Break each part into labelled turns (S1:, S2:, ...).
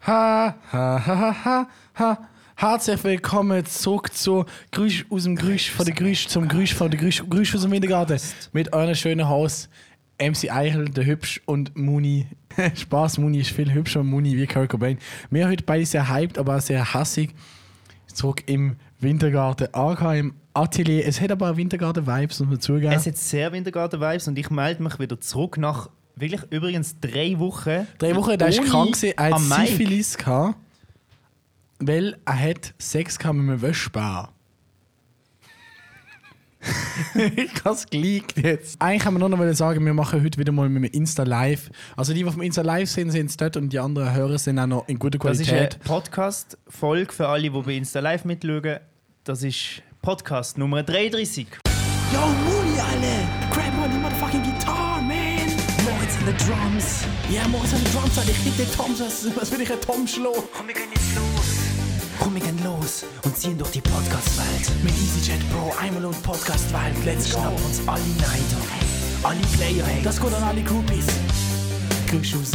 S1: Ha, ha, ha, ha, ha, ha. Herzlich willkommen zurück zu Grüsch aus dem Grüsch, von der Grüsch zum Grüsch, von der Grüsch, Grüsch aus dem Wintergarten. Mit eurem schönen Haus. MC Eichel, der Hübsch und Muni. Spaß, Muni ist viel hübscher und Muni wie Kurt Cobain. Wir heute beide sehr hyped, aber auch sehr hassig. Zurück im Wintergarten, AK im Atelier. Es hat aber auch Wintergarten-Vibes, muss man zugeben.
S2: Es hat sehr Wintergarten-Vibes und ich melde mich wieder zurück nach wirklich übrigens drei Wochen.
S1: Drei Wochen, da ist
S2: Ohne
S1: krank gewesen, er hat
S2: am Mike.
S1: Syphilis gehabt, weil er hat Sex gehabt mit einem Wäschbär. ich hab's geleakt jetzt. Eigentlich haben wir nur noch wollen sagen, wir machen heute wieder mal mit dem Insta Live. Also die, die auf dem Insta Live sind, sind es dort und die anderen Hörer sind auch noch in guter
S2: Das ist eine
S1: Qualität.
S2: Podcast-Folge für alle, die bei Insta Live mitschauen. Das ist Podcast Nummer 33.
S3: Yo, Mooney, alle! Grab on Oh, die motherfucking guitar, man! Moritz an the drums! Ja, Moritz an the drums, Alter, ich krieg den Toms, was, was will ich ein Tom schlagen? Komm, wir gehen jetzt los! Komm, wir gehen los und ziehen durch die Podcast-Welt. Mit EasyJet Pro, einmal und Podcast-Welt, let's go! Schnappen uns alle Neider, alle Player, hey! Das geht an alle Groupies! Grüß raus,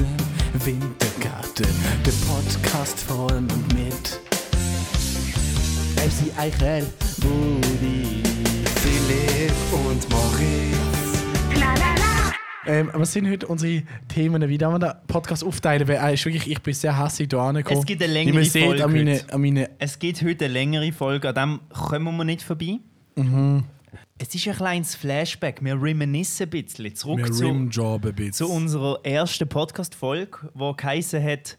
S3: Wintergarten, der Podcast von und mit
S4: MC Eichel, Woody, Philipp und Moritz.
S1: Ähm, was sind heute unsere Themen? Wie darf man den Podcast aufteilen? Weil, äh, ist wirklich, ich bin sehr hassig hier angekommen.
S2: Es gibt eine längere
S1: Wie man sieht,
S2: Folge
S1: an meine,
S2: heute.
S1: an meine
S2: Es gibt heute eine längere Folge, an dem kommen wir nicht vorbei.
S1: Mhm.
S2: Es ist ein kleines Flashback. Wir reminiszen ein bisschen. Zurück
S1: meine
S2: zu,
S1: Rimjob ein bisschen.
S2: zu unserer ersten Podcast-Folge, die geheißen hat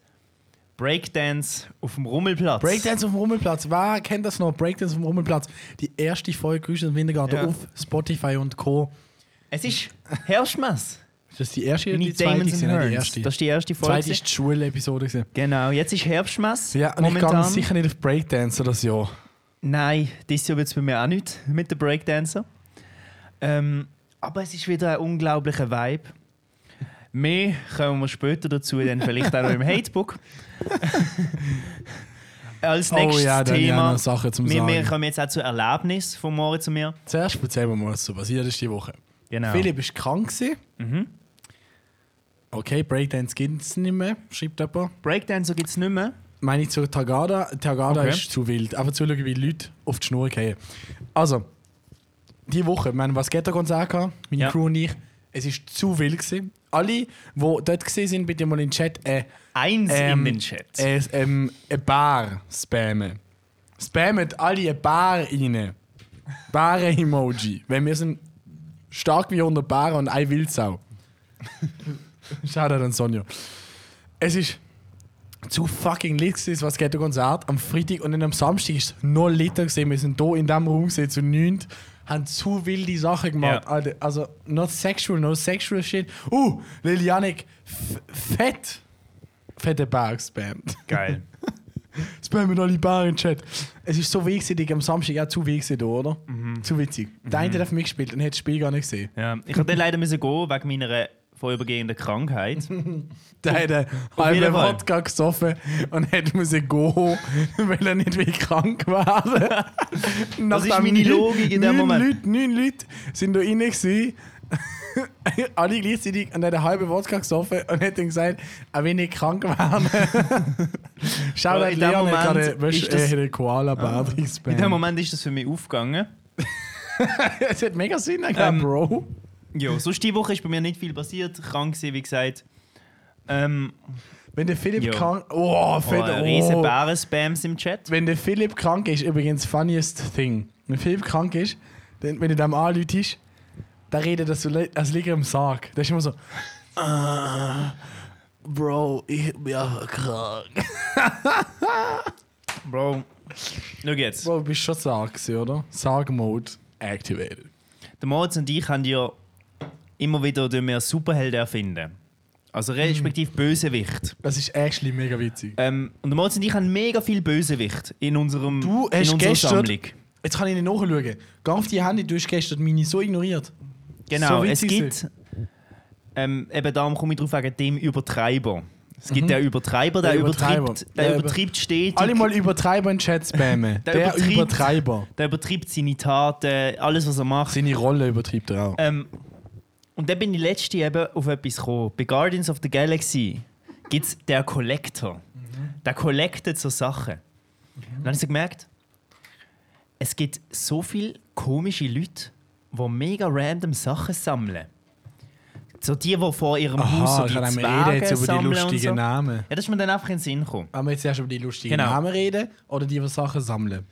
S2: Breakdance auf dem Rummelplatz.
S1: Breakdance auf dem Rummelplatz. Wer kennt das noch? Breakdance auf dem Rummelplatz. Die erste Folge Grüße im Wintergarten
S2: Ja.
S1: auf Spotify und Co.
S2: Es ist Herrschmass.
S1: Das ist die erste
S2: Meine
S1: die zweite
S2: Damons
S1: gewesen,
S2: and
S1: nein, die
S2: Hearns.
S1: erste.
S2: Das ist die erste
S1: die zweite
S2: Folge.
S1: ist die Schule-Episode. gewesen.
S2: Genau, jetzt ist Herbstmess.
S1: Ja, und ich gehe sicher nicht auf Breakdance oder so.
S2: Nein, dieses Jahr wird es bei mir auch nicht mit den Breakdancer. Ähm, aber es ist wieder ein unglaublicher Vibe. Mehr kommen wir später dazu, dann vielleicht auch noch im Hatebook. Als nächstes
S1: oh ja, da habe ich auch
S2: Thema.
S1: noch Sachen zum
S2: Wir,
S1: Sagen.
S2: wir kommen jetzt auch zu Erlebnis von Moritz zu mir.
S1: Zuerst erzählen wir mal, was so passiert ist die Woche.
S2: Genau.
S1: Philipp ist krank. gewesen. Okay, Breakdance gibt es nicht mehr, schreibt jemand.
S2: Breakdancer gibt es nicht mehr.
S1: meine ich zu Tagada. Tagada
S2: Okay.
S1: ist zu wild. Einfach zuschauen, wie Leute auf die Schnur gehen. Also, die Woche, wir haben was Ghetto-Konzert gehabt, meine
S2: Ja.
S1: Crew und ich. Es war zu wild. Gewesen. Alle, die dort gesehen sind, bitte mal in den Chat äh,
S2: Eins
S1: ähm,
S2: in den Chat.
S1: äh, ähm, eine Bar spammen. Spammt alle eine Bar rein. Bar-Emoji. Weil wir sind stark wie 100 Bar und eine Wildsau. Shoutout an Sonja. Es ist zu fucking lit gewesen, was geht Konzert am Freitag und dann am Samstag ist es noch liter gesehen. Wir sind hier in diesem Raum gesehen zu neunt, haben zu wilde Sachen gemacht.
S2: Ja.
S1: Alter, also not sexual, no sexual shit. Uh, Lilianik, f- fett, fette Bar gespammt.
S2: Geil.
S1: Spammen alle Bar im Chat. Es ist so wild gewesen, Digga, am Samstag auch zu wild gewesen, hier, oder?
S2: Mhm.
S1: Zu witzig. Der eine hat auf mich gespielt und hat das Spiel gar nicht gesehen.
S2: Ja, ich musste dann leider müssen gehen wegen meiner vorübergehenden Krankheit.
S1: Der hat einen
S2: jeden
S1: halben
S2: Fall.
S1: Wodka gesoffen und hat müssen gehen, weil er nicht will krank werden.
S2: Das ist meine Logik in dem Moment.
S1: Leute, neun Leute sind da rein gewesen. Alle gleichzeitig und hat einen halben Wodka gesoffen und hat dann gesagt, er will nicht krank werden. Schau
S2: Aber
S1: da,
S2: in dem
S1: Leon hat
S2: Moment
S1: gerade weißt
S2: ist
S1: du,
S2: das- Ah.
S1: äh, eine Koala-Bad
S2: In dem
S1: gespammt.
S2: Moment ist das für mich aufgegangen.
S1: Es hat mega Sinn ergeben,
S2: Ähm,
S1: Bro.
S2: Ja, sonst die Woche ist bei mir nicht viel passiert. Krank gewesen, wie gesagt. Ähm,
S1: Wenn der Philipp
S2: Jo.
S1: krank... Oh,
S2: oh,
S1: Philipp,
S2: riesen Bären-Spams im Chat.
S1: wenn der Philipp krank ist, übrigens funniest thing. Wenn Philipp krank ist, dann, wenn du dem anläutest, dann redet er so, le- als liegt er im Sarg. Der ist immer so, "Ah,
S3: Bro, ich bin ja krank.
S2: Bro, schau jetzt.
S1: Bro, du bist schon Sarg gewesen, oder? Sarg-Mode activated.
S2: Der Moritz und ich haben ja immer wieder durch mehr Superhelden erfinden.
S1: Mhm.
S2: Also respektive Bösewicht.
S1: Das ist actually mega witzig.
S2: Ähm, und der Moritz und ich haben mega viel Bösewicht in unserem
S1: Du
S2: in
S1: hast
S2: unserer
S1: gestern-
S2: Sammlung.
S1: Jetzt kann ich nicht nachschauen. Geh auf die Handy, du hast gestern meine so ignoriert.
S2: Genau,
S1: So
S2: es
S1: witzig
S2: gibt. Ähm, eben darum komme ich drauf wegen dem Übertreiber. Es gibt den Übertreiber, der,
S1: Mhm. Der Übertreiber.
S2: übertreibt, der
S1: Der über-
S2: übertreibt stetig.
S1: Alle mal Übertreiber in den Chat spammen.
S2: Der
S1: Der,
S2: übertreibt.
S1: Übertreiber.
S2: Der übertreibt seine Taten, alles, was er macht.
S1: Seine Rolle übertreibt er auch.
S2: Ähm, und dann bin ich letzte eben auf etwas gekommen. Bei Guardians of the Galaxy gibt es der Collector.
S1: Mhm.
S2: Der collectet so Sachen. Und dann habe ich so gemerkt, es gibt so viele komische Leute, die mega random Sachen sammeln. So die, die vor ihrem Haus
S1: Aha,
S2: so
S1: ich
S2: die
S1: kann
S2: Zwerge
S1: einmal reden jetzt über die
S2: sammeln und
S1: lustigen
S2: so.
S1: Namen.
S2: Ja, das ist mir dann einfach in den Sinn gekommen.
S1: Wollen wir jetzt erst über die lustigen
S2: Genau.
S1: Namen reden oder die, die Sachen sammeln?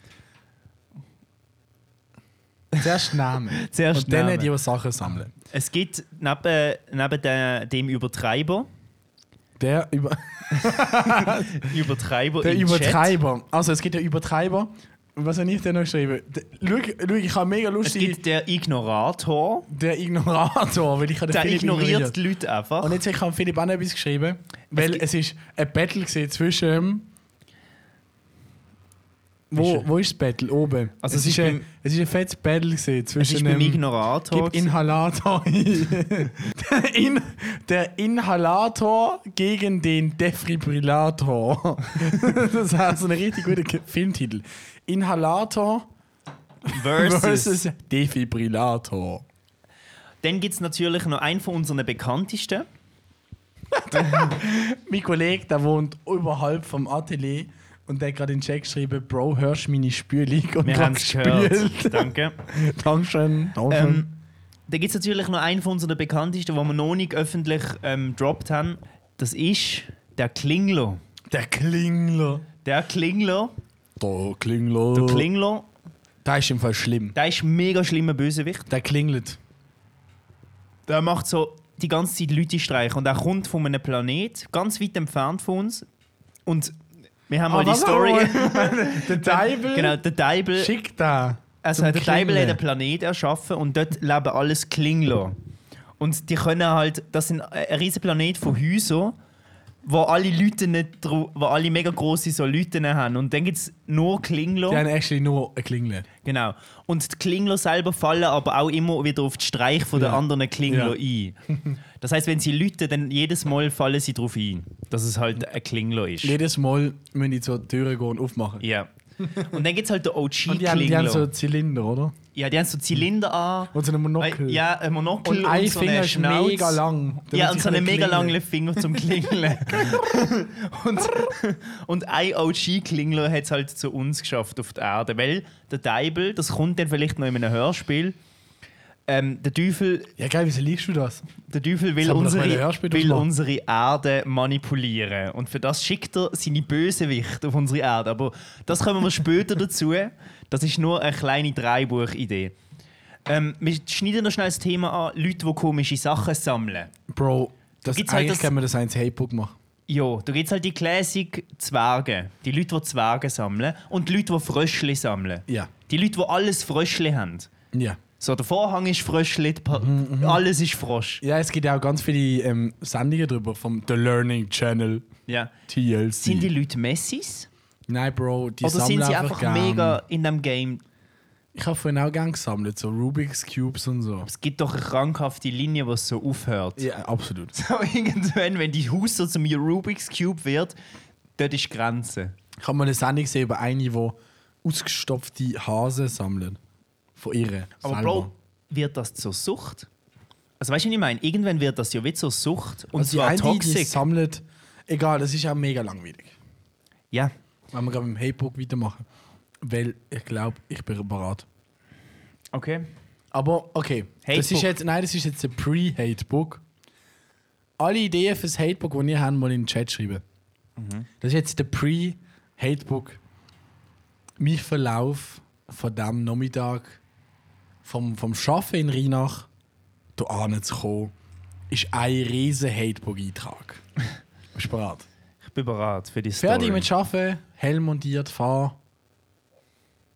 S1: Zuerst Namen.
S2: Zuerst
S1: Und dann
S2: Namen.
S1: die, die Sachen sammeln.
S2: Es gibt neben, neben der, dem Übertreiber,
S1: Der, über
S2: Übertreiber
S1: der
S2: Oh, im Chat.
S1: Übertreiber. Also es gibt den Übertreiber. Und Was habe ich denn noch geschrieben? Der- Schau, schau, ich habe mega
S2: Es
S1: lustig
S2: gibt der Ignorator,
S1: der Ignorator, weil ich habe den
S2: der
S1: Philipp
S2: ignoriert die Leute einfach.
S1: Und jetzt ich habe Philipp auch noch etwas geschrieben, weil
S2: gibt-
S1: es, ist ein Battle gewesen zwischen ähm, wo, wo ist das Battle? Oben.
S2: Also
S1: es,
S2: es
S1: ist
S2: ist
S1: ein,
S2: beim-
S1: es ist ein fettes Battle gewesen
S2: es
S1: zwischen
S2: ist beim
S1: ähm,
S2: Ignorator.
S1: Gib Inhalator. ein. der, In der Inhalator gegen den Defibrillator. das ist so ein richtig guter K- Filmtitel. Inhalator
S2: versus.
S1: versus Defibrillator.
S2: Dann gibt es natürlich noch einen von unseren bekanntesten.
S1: Mein Kollege, der wohnt überhalb vom Atelier und der hat gerade in den Chat geschrieben: Bro, hörst du meine Spülung? Und
S2: Wir
S1: grad
S2: haben es gehört. Danke.
S1: Mhm. Dankeschön. Dankeschön.
S2: ähm, dann gibt es natürlich noch einen von unseren bekanntesten, den wir noch nicht öffentlich ähm, gedroppt haben. Das ist der Klingler.
S1: der Klingler.
S2: Der Klingler,
S1: Der Klingler.
S2: der Klingler,
S1: der ist im Fall schlimm.
S2: der ist ein mega schlimmer Bösewicht.
S1: Der klingelt.
S2: Der macht so die ganze Zeit Leute streichen. Und er kommt von einem Planet, ganz weit entfernt von uns. Und wir
S1: Ah,
S2: haben mal die Story.
S1: der Teibel.
S2: genau, der Deibel.
S1: Schick da.
S2: Also
S1: Zum
S2: der Teibel
S1: Klingeln.
S2: hat einen Planet erschaffen und dort leben alles Klingler. Und die können halt, das sind ein riesen Planet von Häusern, wo alle Leute nicht, dru- wo alle mega große so Leute haben. Und dann gibt es nur Klingler.
S1: Die haben actually nur eine Klingel.
S2: Genau. Und die Klingler selber fallen aber auch immer wieder auf den Streich von den
S1: Ja.
S2: anderen Klingler ein. Das heißt, wenn sie Leute, dann jedes Mal fallen sie drauf ein, dass es halt ein Klingler ist. Ja.
S1: Jedes Mal müssen die zur Tür gehen und aufmachen.
S2: Und dann gibt es halt den
S1: Und die haben, die
S2: OG-Klingler.
S1: haben so Zylinder, oder?
S2: ja, die haben so Zylinder an.
S1: Und so einen Monokel.
S2: Weil- Äh, Ja, ein Monokel
S1: Und
S2: und,
S1: ein
S2: so
S1: Finger
S2: eine
S1: ist
S2: Schnauze.
S1: mega lang.
S2: Ja, und so einen mega
S1: lange
S2: langen Finger zum Klingeln. und, und ein OG-Klingler hat es halt zu uns geschafft auf der Erde. Weil der Teibel, das kommt dann vielleicht noch in einem Hörspiel, ähm, der, Teufel,
S1: Ja, geil, wieso liest du das?
S2: der Teufel will,
S1: Sollen wir das mal in einem
S2: unsere,
S1: Hörspiel
S2: will
S1: aufmachen?
S2: unsere Erde manipulieren. Und für das schickt er seine Bösewicht auf unsere Erde. Aber das kommen wir später dazu. Das ist nur eine kleine Dreibuch-Idee. Ähm, wir schneiden noch schnell das Thema an: Leute, die komische Sachen sammeln.
S1: Bro, das
S2: gibt's
S1: eigentlich
S2: halt das-
S1: können wir das eins Hatebook machen.
S2: Ja, da gibt es halt die Classic Zwerge. Die Leute, die Zwerge sammeln. Und die Leute, die Fröschli sammeln.
S1: Ja.
S2: Die Leute, die alles Fröschli haben.
S1: Ja.
S2: So, der Vorhang ist Fröschli, die Pa-
S1: Mhm,
S2: alles ist Frosch.
S1: Ja, es gibt ja auch ganz viele ähm, Sendungen drüber vom The Learning Channel
S2: Ja.
S1: TLC.
S2: Sind die Leute Messis?
S1: Nein, Bro, die
S2: Oder
S1: sammeln
S2: sind sie einfach
S1: gern.
S2: mega in dem Game?
S1: Ich habe vorhin auch gern gesammelt, so Rubik's Cubes und so.
S2: Es gibt doch eine krankhafte Linie, die so aufhört.
S1: Ja, absolut.
S2: So, irgendwann, wenn die Haus so zum Rubik's Cube wird, dort ist die Grenze.
S1: Ich habe mal eine Sendung gesehen über eine, die ausgestopfte Hasen sammeln. Von ihr.
S2: Aber
S1: selber.
S2: Bro, wird das zur Sucht? Also weißt du, was ich meine? Irgendwann wird das ja wieder zur Sucht und
S1: also die
S2: zwar
S1: eine, die
S2: toxisch.
S1: sammelt. Egal, das ist ja mega langweilig.
S2: Ja.
S1: Wenn wir gerade mit dem Hatebook weitermachen. Weil ich glaube, ich bin bereit.
S2: Okay.
S1: Aber okay, das
S2: Hatebook.
S1: ist jetzt, nein, das ist jetzt ein Pre-Hatebook. Alle Ideen fürs Hatebook, die ihr habt, mal in den Chat schreiben. Das ist jetzt der Pre-Hatebook. Mein Verlauf von diesem Nachmittag, vom, vom Arbeiten in Rheinach, hierher zu kommen, ist ein riesen Hatebook-Eintrag. Bist du bereit?
S2: Ich bin bereit für die Story.
S1: Fertig mit Arbeiten, Helm montiert, fahren.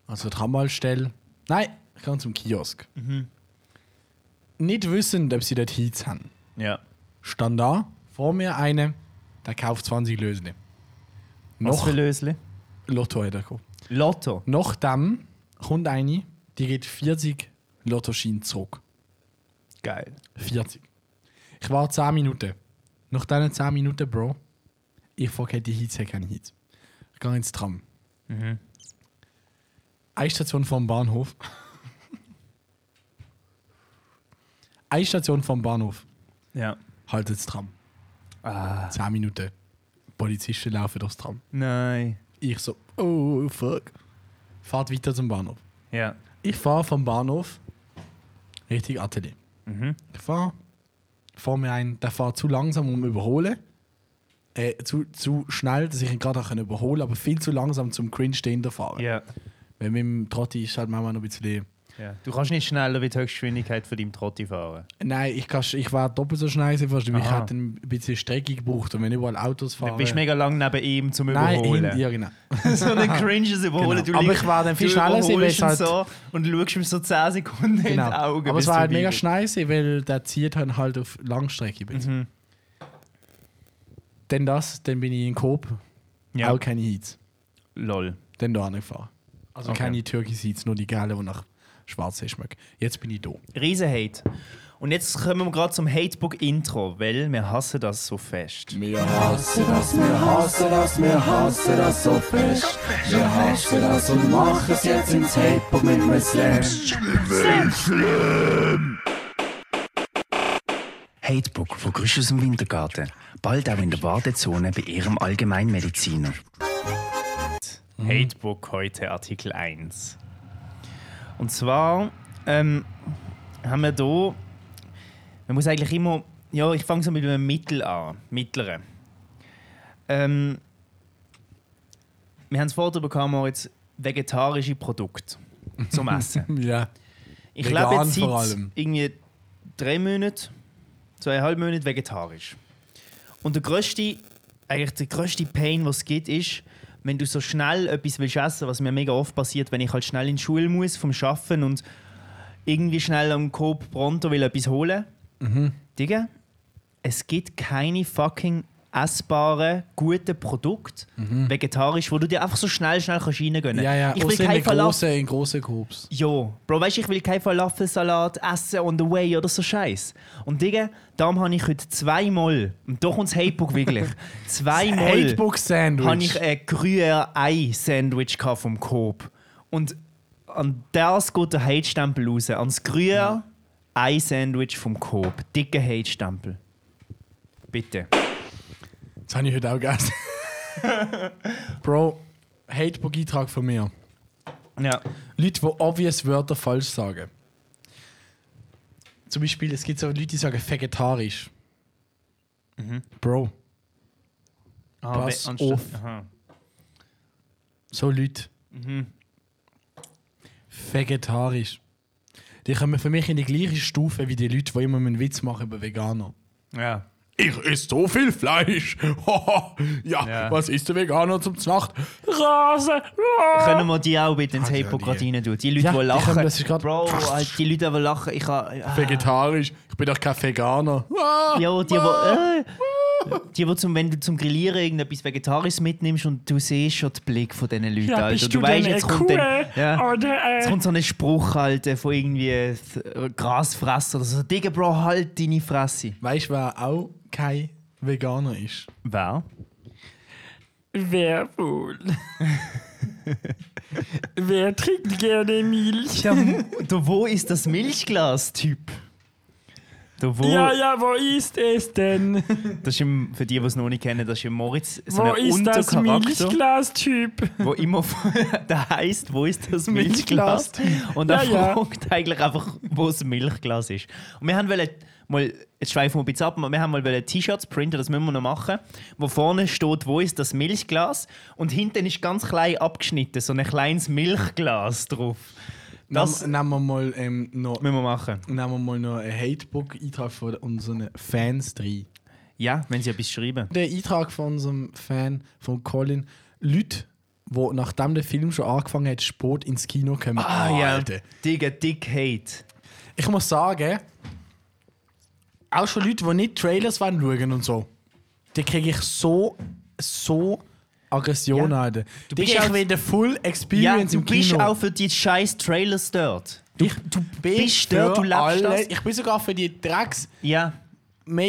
S1: Also die Hammerstelle. Nein, ich kann zum Kiosk. Nicht wissend, ob sie dort Heats haben.
S2: Ja.
S1: Stand da, vor mir eine, der kauft 20 Lösli.
S2: Noch
S1: Noch
S2: ein Lösli.
S1: Lotto hat er gekauft.
S2: Lotto.
S1: Nach dem kommt eine, die geht 40 Lottoscheine zurück.
S2: Geil.
S1: 40. Ich warte 10 Minuten. Nach diesen 10 Minuten, Bro, ich frage, hätte ich Hits, hätte keine Hits. Ich gehe ins Tram. Eine Station vom Bahnhof. Eine Station vom Bahnhof. halt
S2: Ja.
S1: Haltet das Tram.
S2: Ah.
S1: 10 Minuten. Polizisten laufen durchs Tram.
S2: Nein.
S1: Ich so, oh fuck. Fahrt weiter zum Bahnhof.
S2: Ja.
S1: Ich fahre vom Bahnhof Richtung Atelier.
S2: Mhm.
S1: Ich fahre, vor mir ein, der fährt zu langsam, um zu überholen. Äh, zu, zu schnell, dass ich ihn gerade auch können überholen aber viel zu langsam zum Cringe dahinter fahren.
S2: Ja.
S1: Weil mit dem Trotti ist halt manchmal noch ein bisschen.
S2: ja. Du kannst nicht schneller wie die Höchstgeschwindigkeit von deinem Trotti fahren.
S1: Nein, ich, kann, ich war doppelt so schnell gewesen, fast, weil ich
S2: Aha.
S1: hätte ein bisschen Strecke gebraucht und wenn überall Autos fahren. äh,
S2: Du bist mega lang neben ihm zum
S1: Nein,
S2: Überholen.
S1: hin, ja, genau.
S2: so ein cringes Überholen.
S1: Genau. Aber
S2: liegst-
S1: ich war dann viel
S2: du
S1: schneller, sie
S2: überholst
S1: weiß halt-
S2: ihn so und schaust ihm so 10 Sekunden in die
S1: genau.
S2: Augen.
S1: Aber
S2: bis
S1: es war
S2: du
S1: halt mega
S2: vorbei
S1: schnell, gewesen, weil der zieht dann halt auf Langstrecke.
S2: bist.
S1: Mhm.
S2: Mhm.
S1: Dann das, dann bin ich in Coop,
S2: Ja.
S1: auch keine Hits.
S2: Lol.
S1: Dann da angefahren. Also
S2: Okay.
S1: keine türkis Hits, nur die gelben, die nach Schwarz schmecken. Jetzt bin ich da.
S2: Riesen-Hate. Und jetzt kommen wir gerade zum Hatebook-Intro, weil wir hassen das so fest.
S4: Wir hassen das, wir hassen das, wir hassen das so fest. Wir hassen das und machen es jetzt ins Hip-Hop mit einem Slam.
S5: Hatebook von Grüsch aus dem Wintergarten. Bald auch in der Wartezone bei ihrem Allgemeinmediziner.
S2: Hatebook heute, Artikel 1. Und zwar ähm, haben wir hier. Man muss eigentlich immer. Ja, ich fange so mit einem Mittel an. Mittleren. Ähm, wir haben es vorher bekommen, Moritz, vegetarische Produkte zum Essen.
S1: Ja.
S2: Ich
S1: Vegan
S2: lebe jetzt
S1: vor
S2: seit
S1: allem.
S2: irgendwie drei Monate, zweieinhalb Monate vegetarisch. Und der grösste, eigentlich der grösste Pain, was es gibt, ist, wenn du so schnell etwas willst essen, was mir mega oft passiert, wenn ich halt schnell in die Schule muss vom Schaffen und irgendwie schnell am Coop Pronto will etwas holen.
S1: Mhm.
S2: Digga, es gibt keine fucking essbaren, guten Produkte, vegetarisch, wo du dir einfach so schnell, schnell kannst reingönnen.
S1: Mhm. Ja, ja,
S2: ich will
S1: Ausser
S2: kein
S1: in den
S2: Falafel
S1: großen, in großen Coops.
S2: Jo, Bro, weißt du, ich will keinen Falafelsalat essen on the way oder so Scheiß. Und Digga, darum habe ich heute zweimal, und da kommt das Hatebook wirklich, zweimal habe ich äh,
S1: Hatebook-Sandwich.
S2: ein grüner Ei-Sandwich gehabt vom Coop. Und an das geht der Hate-Stempel raus. An das grüne Ei-Sandwich vom Coop. Dicker Hate-Stempel. Bitte.
S1: Das habe ich heute auch gegessen. Bro, Hatebook-Eintrag von mir.
S2: Ja.
S1: Leute, die obvious Wörter falsch sagen. Zum Beispiel, es gibt so Leute, die sagen vegetarisch. Bro, Pass
S2: Mhm. Ah, anstatt-
S1: auf.
S2: Aha.
S1: so Leute. Mhm. Vegetarisch. Die kommen für mich in die gleiche Stufe wie die Leute, die immer einen Witz machen über Veganer.
S2: Ja.
S1: Ich esse so viel Fleisch. Haha. ja,
S2: Ja.
S1: was isst der Veganer zum Znacht? Rasen.
S2: Können wir die auch bitte ins
S1: Ah, ja,
S2: Hatebook
S1: die.
S2: gerade rein tun? Die Leute,
S1: Ja,
S2: die
S1: die
S2: lachen.
S1: können- das ist grad-
S2: Bro, Alter, die Leute, die lachen. Ich habe. Ah.
S1: Vegetarisch. Ich bin doch kein Veganer. Ah.
S2: Ja, die, die, äh, die, die zum, wenn du zum Grillieren irgendetwas Vegetarisches mitnimmst und du siehst schon den Blick von diesen Leuten, Alter.
S1: bist
S2: Und
S1: du
S2: weisst,
S1: denn eine
S6: äh?
S1: Kuh,
S6: Oh.
S2: ja, jetzt kommt so ein Spruch, Alter, von irgendwie äh, Grasfresser oder so. Digga, Bro, halt deine Fresse.
S1: Weißt du, wer auch kein Veganer ist?
S2: Wer?
S6: Wer wohl? Wer trinkt gerne Milch?
S2: Der, der Wo ist das Milchglas-Typ? Der Wo,
S6: Ja, ja, wo ist es denn?
S2: das ist im, für die, die es noch nicht kennen, das ist im Moritz so
S6: Wo
S2: ein
S6: ist das
S2: Untercharakter.
S6: Milchglas-Typ?
S2: wo immer da heißt, wo ist das Milchglas? Und er
S6: Ja, ja.
S2: fragt eigentlich einfach, wo das Milchglas ist. Und wir haben wollen, mal, jetzt schweifen wir ein bisschen ab, aber wir haben mal wollen T-Shirts printen, das müssen wir noch machen, wo vorne steht, wo ist das Milchglas? Und hinten ist ganz klein abgeschnitten, so ein kleines Milchglas drauf. Das
S1: Nehmen- nehmen wir mal ähm, noch.
S2: müssen wir machen.
S1: Nehmen wir mal noch einen Hatebook-Eintrag von unseren Fans rein.
S2: Ja, wenn sie etwas schreiben.
S1: Der Eintrag von unserem Fan, von Colin. Leute, die nachdem der Film schon angefangen hat, Sport ins Kino kommen.
S2: Ah ja,
S1: Alter.
S2: Digga, dick Hate.
S1: Ich muss sagen, auch schon Leute, die nicht Trailers wollen schauen und so, die kriege ich so, so Aggression
S2: Ja.
S1: Alter. Du
S2: bist
S1: ich
S2: auch-
S1: will der Full
S2: Ja,
S1: Experience
S2: du
S1: im Kino.
S2: bist auch für die scheiß Trailers dort.
S1: ich, du
S2: bist dort, du lebst das.
S1: Ich bin sogar für die Drecks
S2: Ja,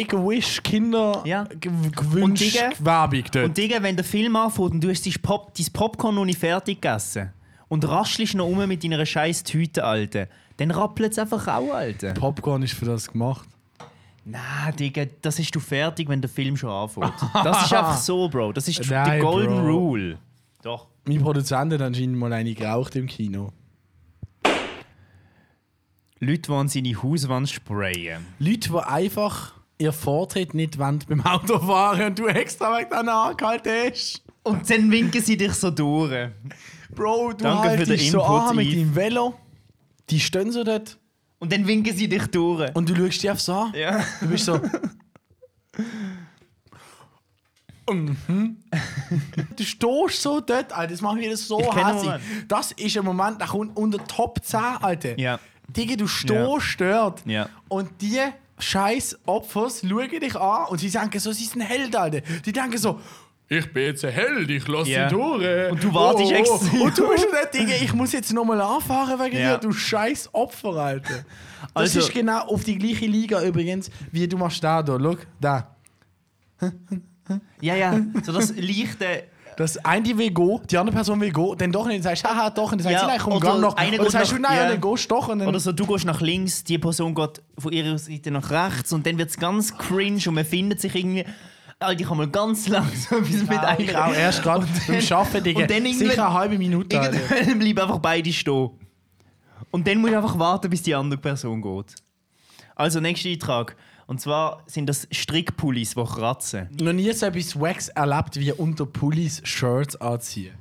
S1: Make-A-Wish-Kinder
S2: Ja. Und
S1: gewünscht
S2: Digga-
S1: Werbung dort.
S2: Und Digga, wenn der Film anfängt und du hast dein, Pop dein Popcorn noch nicht fertig gegessen und raschelst noch um mit deiner scheiß Tüte, Alter, dann rappelt es einfach auch, Alter.
S1: Popcorn ist für das gemacht.
S2: Nein, Digga, das ist du fertig, wenn der Film schon anfängt. Das ist einfach so, Bro. Das ist die
S1: Nein,
S2: Golden
S1: Bro.
S2: Rule. Doch.
S1: Mein Produzent hat anscheinend mal eine geraucht im Kino.
S2: Leute wollen seine Hauswand sprayen.
S1: Leute, die einfach ihr Vortritt nicht wollen beim Auto fahren und du extra weg dann angehalten hast.
S2: Und dann winken sie dich so durch.
S1: Bro, du
S2: Danke für
S1: haltest
S2: den
S1: so
S2: Input,
S1: an mit
S2: Yves.
S1: deinem Velo. Die stehen so dort
S2: Und dann winken sie dich durch.
S1: und du schaust die einfach so an.
S2: ja.
S1: Du bist so. Mhm. du stehst so dort, Alter. Das macht mir so
S2: Ich kenn den
S1: hässlich.
S2: Moment.
S1: Das ist ein Moment, der kommt unter Top 10, Alter.
S2: Ja.
S1: Digga, du stehst dort.
S2: Ja.
S1: Und die scheiß Opfers schauen dich an und sie denken so, sie sind Held, Alter. Die denken so, ich bin jetzt ein Held, ich lasse
S2: Ja.
S1: sie durch. Oh,
S2: Und du wartest extra.
S1: Und du bist dort, Digga, ich muss jetzt nochmal anfahren wegen
S2: Ja.
S1: dir, du scheiß Opfer, Alter. Das
S2: Also-
S1: ist genau auf die gleiche Liga übrigens, wie du machst da, da. Schau, da.
S2: Ja, ja. So das leichte.
S1: Das eine will gehen, die andere Person will gehen, dann doch nicht, dann sagst du, haha, doch, und dann sagt
S2: Ja,
S1: sie, nein, komm,
S2: oder
S1: gang noch.
S2: einer
S1: Und dann
S2: geht
S1: sagst du,
S2: noch-
S1: nein,
S2: ja.
S1: und dann gehst du doch. Und dann,
S2: Oder so, du gehst nach links, die Person geht von ihrer Seite nach rechts und dann wird es ganz cringe und man findet sich irgendwie. Alter, ich kann mal ganz langsam bis mit
S1: ich auch erst gerade beim Arbeiten, Digga.
S2: und dann irgendwann-
S1: sicher eine halbe Minute. Alter.
S2: Irgendwann bleiben einfach beide stehen. Und dann musst du einfach warten, bis die andere Person geht. Also, nächster Eintrag. Und zwar sind das Strickpullis, die kratzen.
S1: noch nie so etwas Wax erlebt, wie unter Pullis Shirts anziehen.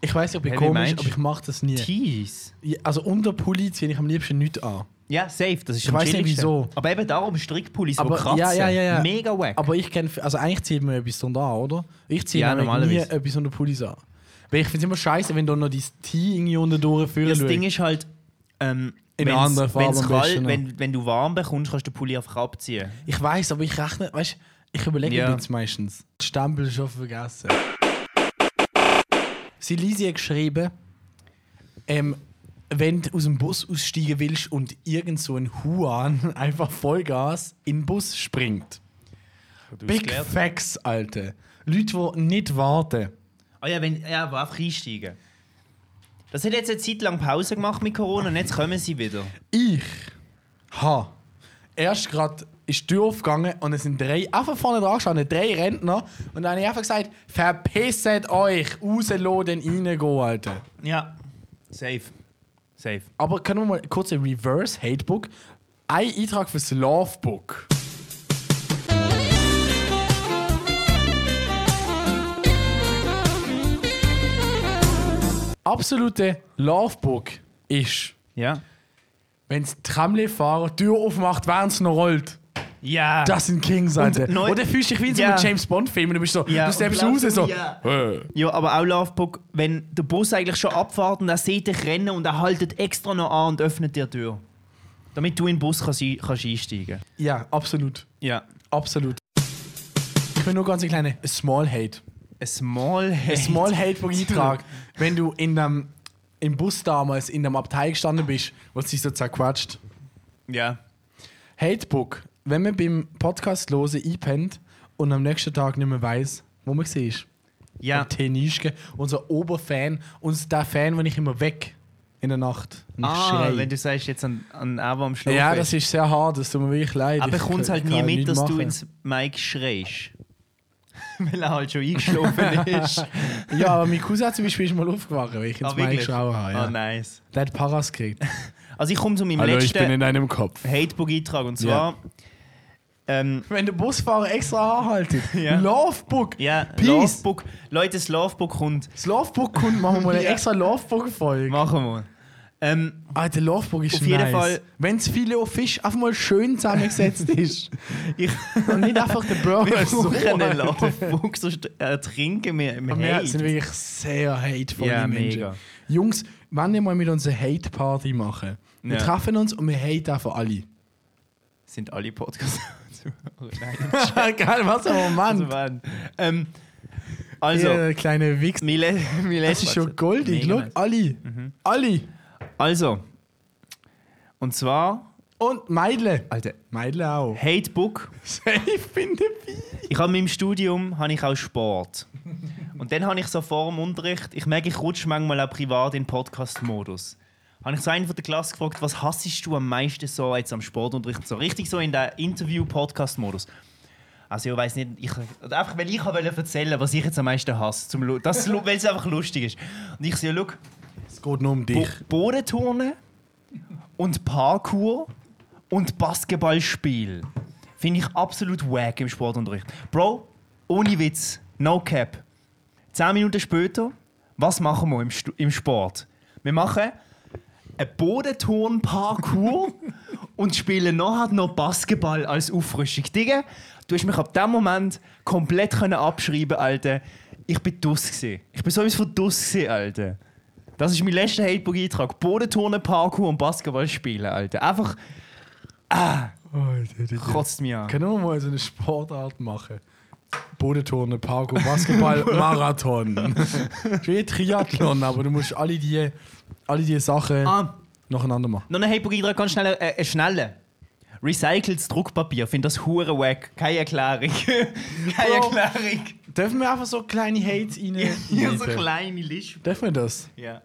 S1: Ich weiß nicht, ob ich
S2: Hä, wie
S1: komisch,
S2: meinst du?
S1: aber ich mache das nie.
S2: Jeez.
S1: Ja, Also unter Pulli ziehe ich am liebsten nichts an.
S2: Ja, safe, das ist
S1: Ich
S2: am
S1: weiss nicht,
S2: chilligsten.
S1: wieso.
S2: Aber eben darum Strickpullis, die
S1: Aber-
S2: kratzen.
S1: ja, ja, ja, ja.
S2: Mega wack.
S1: Aber ich kenne, also eigentlich zieht man etwas drunter an, oder? Ich ziehe
S2: Ja,
S1: ja, nie
S2: normalerweise.
S1: etwas unter Pullis an. Weil ich finde es immer scheiße, wenn da noch dein Tee irgendwie unten durchführen
S2: Ja, das
S1: schaut.
S2: Ding ist halt, ähm,
S1: In
S2: wenn's-
S1: anderen Farben
S2: wenn's
S1: am
S2: kalt-
S1: besten, ja.
S2: wenn, wenn du warm bekommst, kannst du den Pulli einfach abziehen.
S1: Ich weiß, aber ich rechne, weißt du, ich überlege
S2: Ja.
S1: mir jetzt meistens. Stempel schon vergessen. Silisi hat geschrieben, ähm, wenn du aus dem Bus aussteigen willst und irgend so ein Huan einfach Vollgas in den Bus springt. Big
S2: gelernt.
S1: Facts, Alter. Leute, die nicht warten.
S2: Ah ja, wenn, ja, wo einfach einsteigen. Das hat jetzt eine Zeit lang Pause gemacht mit Corona und jetzt kommen sie wieder.
S1: Ich ha erst gerade ist die Tür aufgegangen und es sind drei, einfach vorne dran gestanden, drei Rentner. Und dann habe ich einfach gesagt, verpisset euch, rausladen, reingehen, Alter.
S2: Ja. Safe. Safe.
S1: Aber können wir mal kurz ein Reverse Hatebook? Ein Eintrag fürs Lovebook. Absolute Lovebook ist,
S2: Ja.
S1: wenn das Tramlefahrer Tür aufmacht, während es noch rollt.
S2: Ja.
S1: Das sind Kings, Alter.
S2: Und
S1: Und,
S2: neu-
S1: dann fühlst du dich wie in so
S2: Ja.
S1: einem James Bond-Film und du bist so,
S2: Ja,
S1: du
S2: und
S1: steppst raus,
S2: glaubst du,
S1: so.
S2: ja.
S1: äh.
S2: Ja, aber auch Lovebook, wenn der Bus eigentlich schon abfährt und er sieht dich rennen und er haltet extra noch an und öffnet dir die Tür. Damit du in den Bus kannst, ein- kannst einsteigen.
S1: Ja, absolut.
S2: Ja.
S1: Absolut. Ich bin nur ganz ein kleiner Small Hate.
S2: Ein Small Hate.
S1: Ein Small Hatebook Eintrag. Wenn du in dem, im Bus damals in dem Abteil gestanden bist, wo es dich so zerquatscht.
S2: Ja.
S1: Hatebook. Wenn man beim Podcast lose einpennt und am nächsten Tag nicht mehr weiß, wo man war.
S2: Ja.
S1: Tenischke, unser Oberfan, uns der Fan, den ich immer weg in der Nacht und ich
S2: Ah,
S1: schrei.
S2: wenn du sagst, jetzt an, an Ava am Schlaf.
S1: Ja,
S2: ist.
S1: das ist sehr hart, das tut mir wirklich leid.
S2: Aber
S1: ich
S2: er kommt halt
S1: kann
S2: nie
S1: nichts
S2: mit, dass du
S1: machen.
S2: ins Mike schreist. Weil er halt schon eingeschlafen ist.
S1: Ja, aber mein Cousin zum Beispiel ist mal aufgewacht, weil ich ins
S2: Ah,
S1: Mike
S2: wirklich?
S1: Schrauer habe.
S2: Ah,
S1: Ja.
S2: nice.
S1: der hat Paras gekriegt.
S2: Also ich komme zu meinem letzten
S1: deinem Kopf.
S2: Hatebook-Eintrag und zwar... Ähm,
S1: Wenn der Busfahrer extra anhaltet.
S2: Ja.
S1: Lovebook.
S2: ja,
S1: Peace.
S2: Lovebook. Leute, das Lovebook kommt.
S1: Das Lovebook kommt, machen wir mal eine
S2: Ja.
S1: extra Lovebook-Folge.
S2: Machen wir. Ähm,
S1: Alter, Lovebook ist
S2: Auf jeden
S1: nice.
S2: Fall-
S1: Wenn das Filet auf Fisch einfach mal schön zusammengesetzt ist.
S2: ich
S1: Und nicht einfach der Burger.
S2: wir
S1: so,
S2: brauchen einen
S1: Alter.
S2: Lovebook, sonst ertrinken wir im
S1: Aber Wir sind
S2: Hate.
S1: wirklich sehr hatevolle
S2: Ja,
S1: Menschen.
S2: mega.
S1: Jungs, wenn wir mal mit uns eine Hate-Party machen, wir
S2: Ja.
S1: treffen uns und wir haten einfach alle.
S2: Sind alle Podcasts... Nein,
S1: Geil, was ein Moment.
S2: also wann? Ähm, also...
S1: Ihr kleine Wichs.
S2: Mein, le mein
S1: Das
S2: letztes
S1: ist schon goldig,
S2: Mega
S1: schau,
S2: nice. Mhm.
S1: alle. Alle.
S2: Also, und zwar,
S1: Und Meidle.
S2: Alter,
S1: Meidle auch.
S2: Hatebook.
S1: Safe finde ich.
S2: Ich habe in meinem Studium habe ich auch Sport. Und dann habe ich so vor dem Unterricht, ich merke, ich rutsche manchmal auch privat in Podcast-Modus. habe ich so einen von der Klasse gefragt, was hassest du am meisten so jetzt am Sportunterricht? So richtig so in der Interview-Podcast-Modus. Also ich weiß nicht, ich, oder einfach weil ich wollte erzählen, was ich jetzt am meisten hasse, zum, Lu- das, weil es einfach lustig ist. Und ich so, ja, schau,
S1: Es geht nur um
S2: Bo
S1: dich.
S2: Bodenturnen und Parkour und Basketballspiel. Finde ich absolut wack im Sportunterricht. Bro, ohne Witz, no cap. Zehn Minuten später, was machen wir im, Stu- im Sport? Wir machen einen Bodenturn-Parkour und spielen nachher noch Basketball als Auffrischung. Digga, du hast mich ab dem Moment komplett können abschreiben, Alter. Ich bin dus gsi. Ich bin sowieso von dus gsi, Alter. Das ist mein letzter Hatebook-Eintrag. Bodenturnen, Parkour und Basketball spielen, Alter. Einfach kotzt mich an.
S1: Können wir mal so eine Sportart machen? Bodenturnen, Parkour, Basketball, Marathon. Wie Triathlon, aber du musst alle die, alle die Sachen
S2: Ah,
S1: nacheinander machen.
S2: noch ein Hatebook-Eintrag, ganz schnell. Äh, äh, schneller. Recyceltes Druckpapier. Finde das hure wack. Keine Erklärung. Keine
S1: Bro.
S2: Erklärung.
S1: Dürfen wir einfach so kleine Hates rein?
S2: Hier so
S1: rein-
S2: kleine Liste.
S1: Dürfen wir das?
S2: Ja.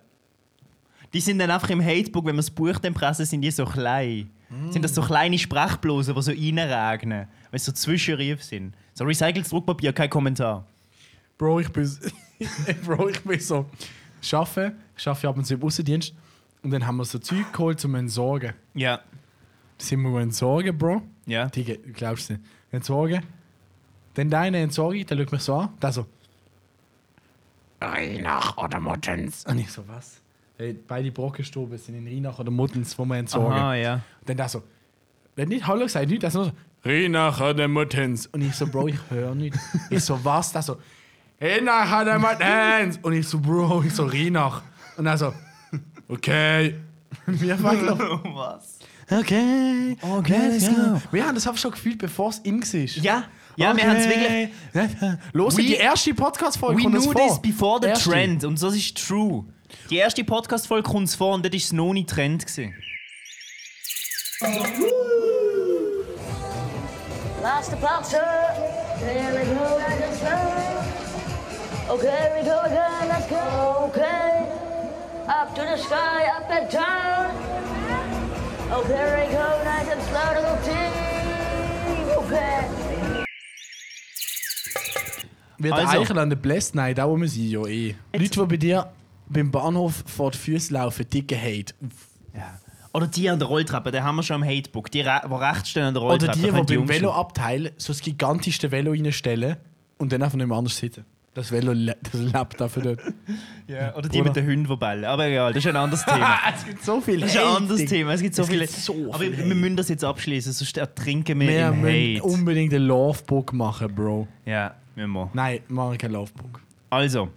S2: Die sind dann einfach im Hatebook, wenn man das Buch dann pressen, sind die so klein. Sind das so kleine Sprechblasen, die so reinregnen. Weil sie so Zwischenriefe sind. So recyceltes Druckpapier, kein Kommentar.
S1: Bro, ich bin, Bro, ich bin so. Schaffe, schaffe ab und zu im Außendienst. Und dann haben wir so Zeug geholt zum Entsorgen.
S2: Ja.
S1: Sind wir entsorgen, Bro?
S2: Ja.
S1: Digga, du glaubst nicht. Entsorgen. Dann der eine entsorge ich, der schaut mich so an. Der so. Rinach oder Muttens? Und ich ah, so, was? Hey, beide Brockenstuben sind in Rinach oder Muttens, wo wir entsorgen.
S2: Aha, ja.
S1: Dann der so. Der hat nicht Hallo gesagt, nicht, der so. Rinach oder Muttens? Und ich so, Bro, ich höre nicht. ich so, was? Der so. Rinach oder Muttens? Und ich so, Bro, ich so, Rinach. Und er so, okay. Und wir fangen auf.
S2: Was?
S1: Okay,
S2: Okay, let's go.
S1: Wir haben das einfach schon gefühlt, bevor es in war.
S2: Ja, ja wir haben es wirklich.
S1: wirklich. Los,
S2: We-
S1: die erste Podcast-Folge
S2: We
S1: kommt uns
S2: knew
S1: vor.
S2: this before the
S1: Erste.
S2: trend und das ist true. Die erste Podcast-Folge kommt uns vor und dort war es noch nicht Trend. Gewesen.
S7: Master Platte. There we go, let's go. Okay, we go again, let's go. Okay. Up to the sky, up and down. Okay, we go, nice and slow, little team. Okay.
S1: Wird
S2: Also.
S1: also. Eichel an der Blast? Nein, da wo wir sind, ja eh. Leute, die bei dir beim Bahnhof vor die Füße laufen, dicke Hate.
S2: Oder die an der Rolltreppe, die haben wir schon im Hatebook. Die, re- die rechts stehen an der
S1: Oder
S2: Rolltreppe.
S1: die, die
S2: können
S1: beim
S2: umstellen.
S1: Veloabteil so das gigantischste Velo reinstellen und dann einfach nicht mehr anders sitzen. Das Velo le- das lebt dafür dort.
S2: Ja, Oder die mit den Hunden, die bellen. Aber egal, das ist ein anderes Thema.
S1: es gibt so viel
S2: Das ist ein
S1: Hate,
S2: anderes
S1: Digga.
S2: Thema. Es gibt so
S1: Es
S2: viele.
S1: gibt so
S2: aber
S1: viel
S2: wir
S1: Hate.
S2: müssen das jetzt abschließen, sonst ertrinken wir,
S1: Wir müssen um-
S2: im Hate.
S1: unbedingt einen Lovebook machen, Bro.
S2: ja, müssen wir.
S1: Nein, machen wir keinen Lovebook.
S2: Also,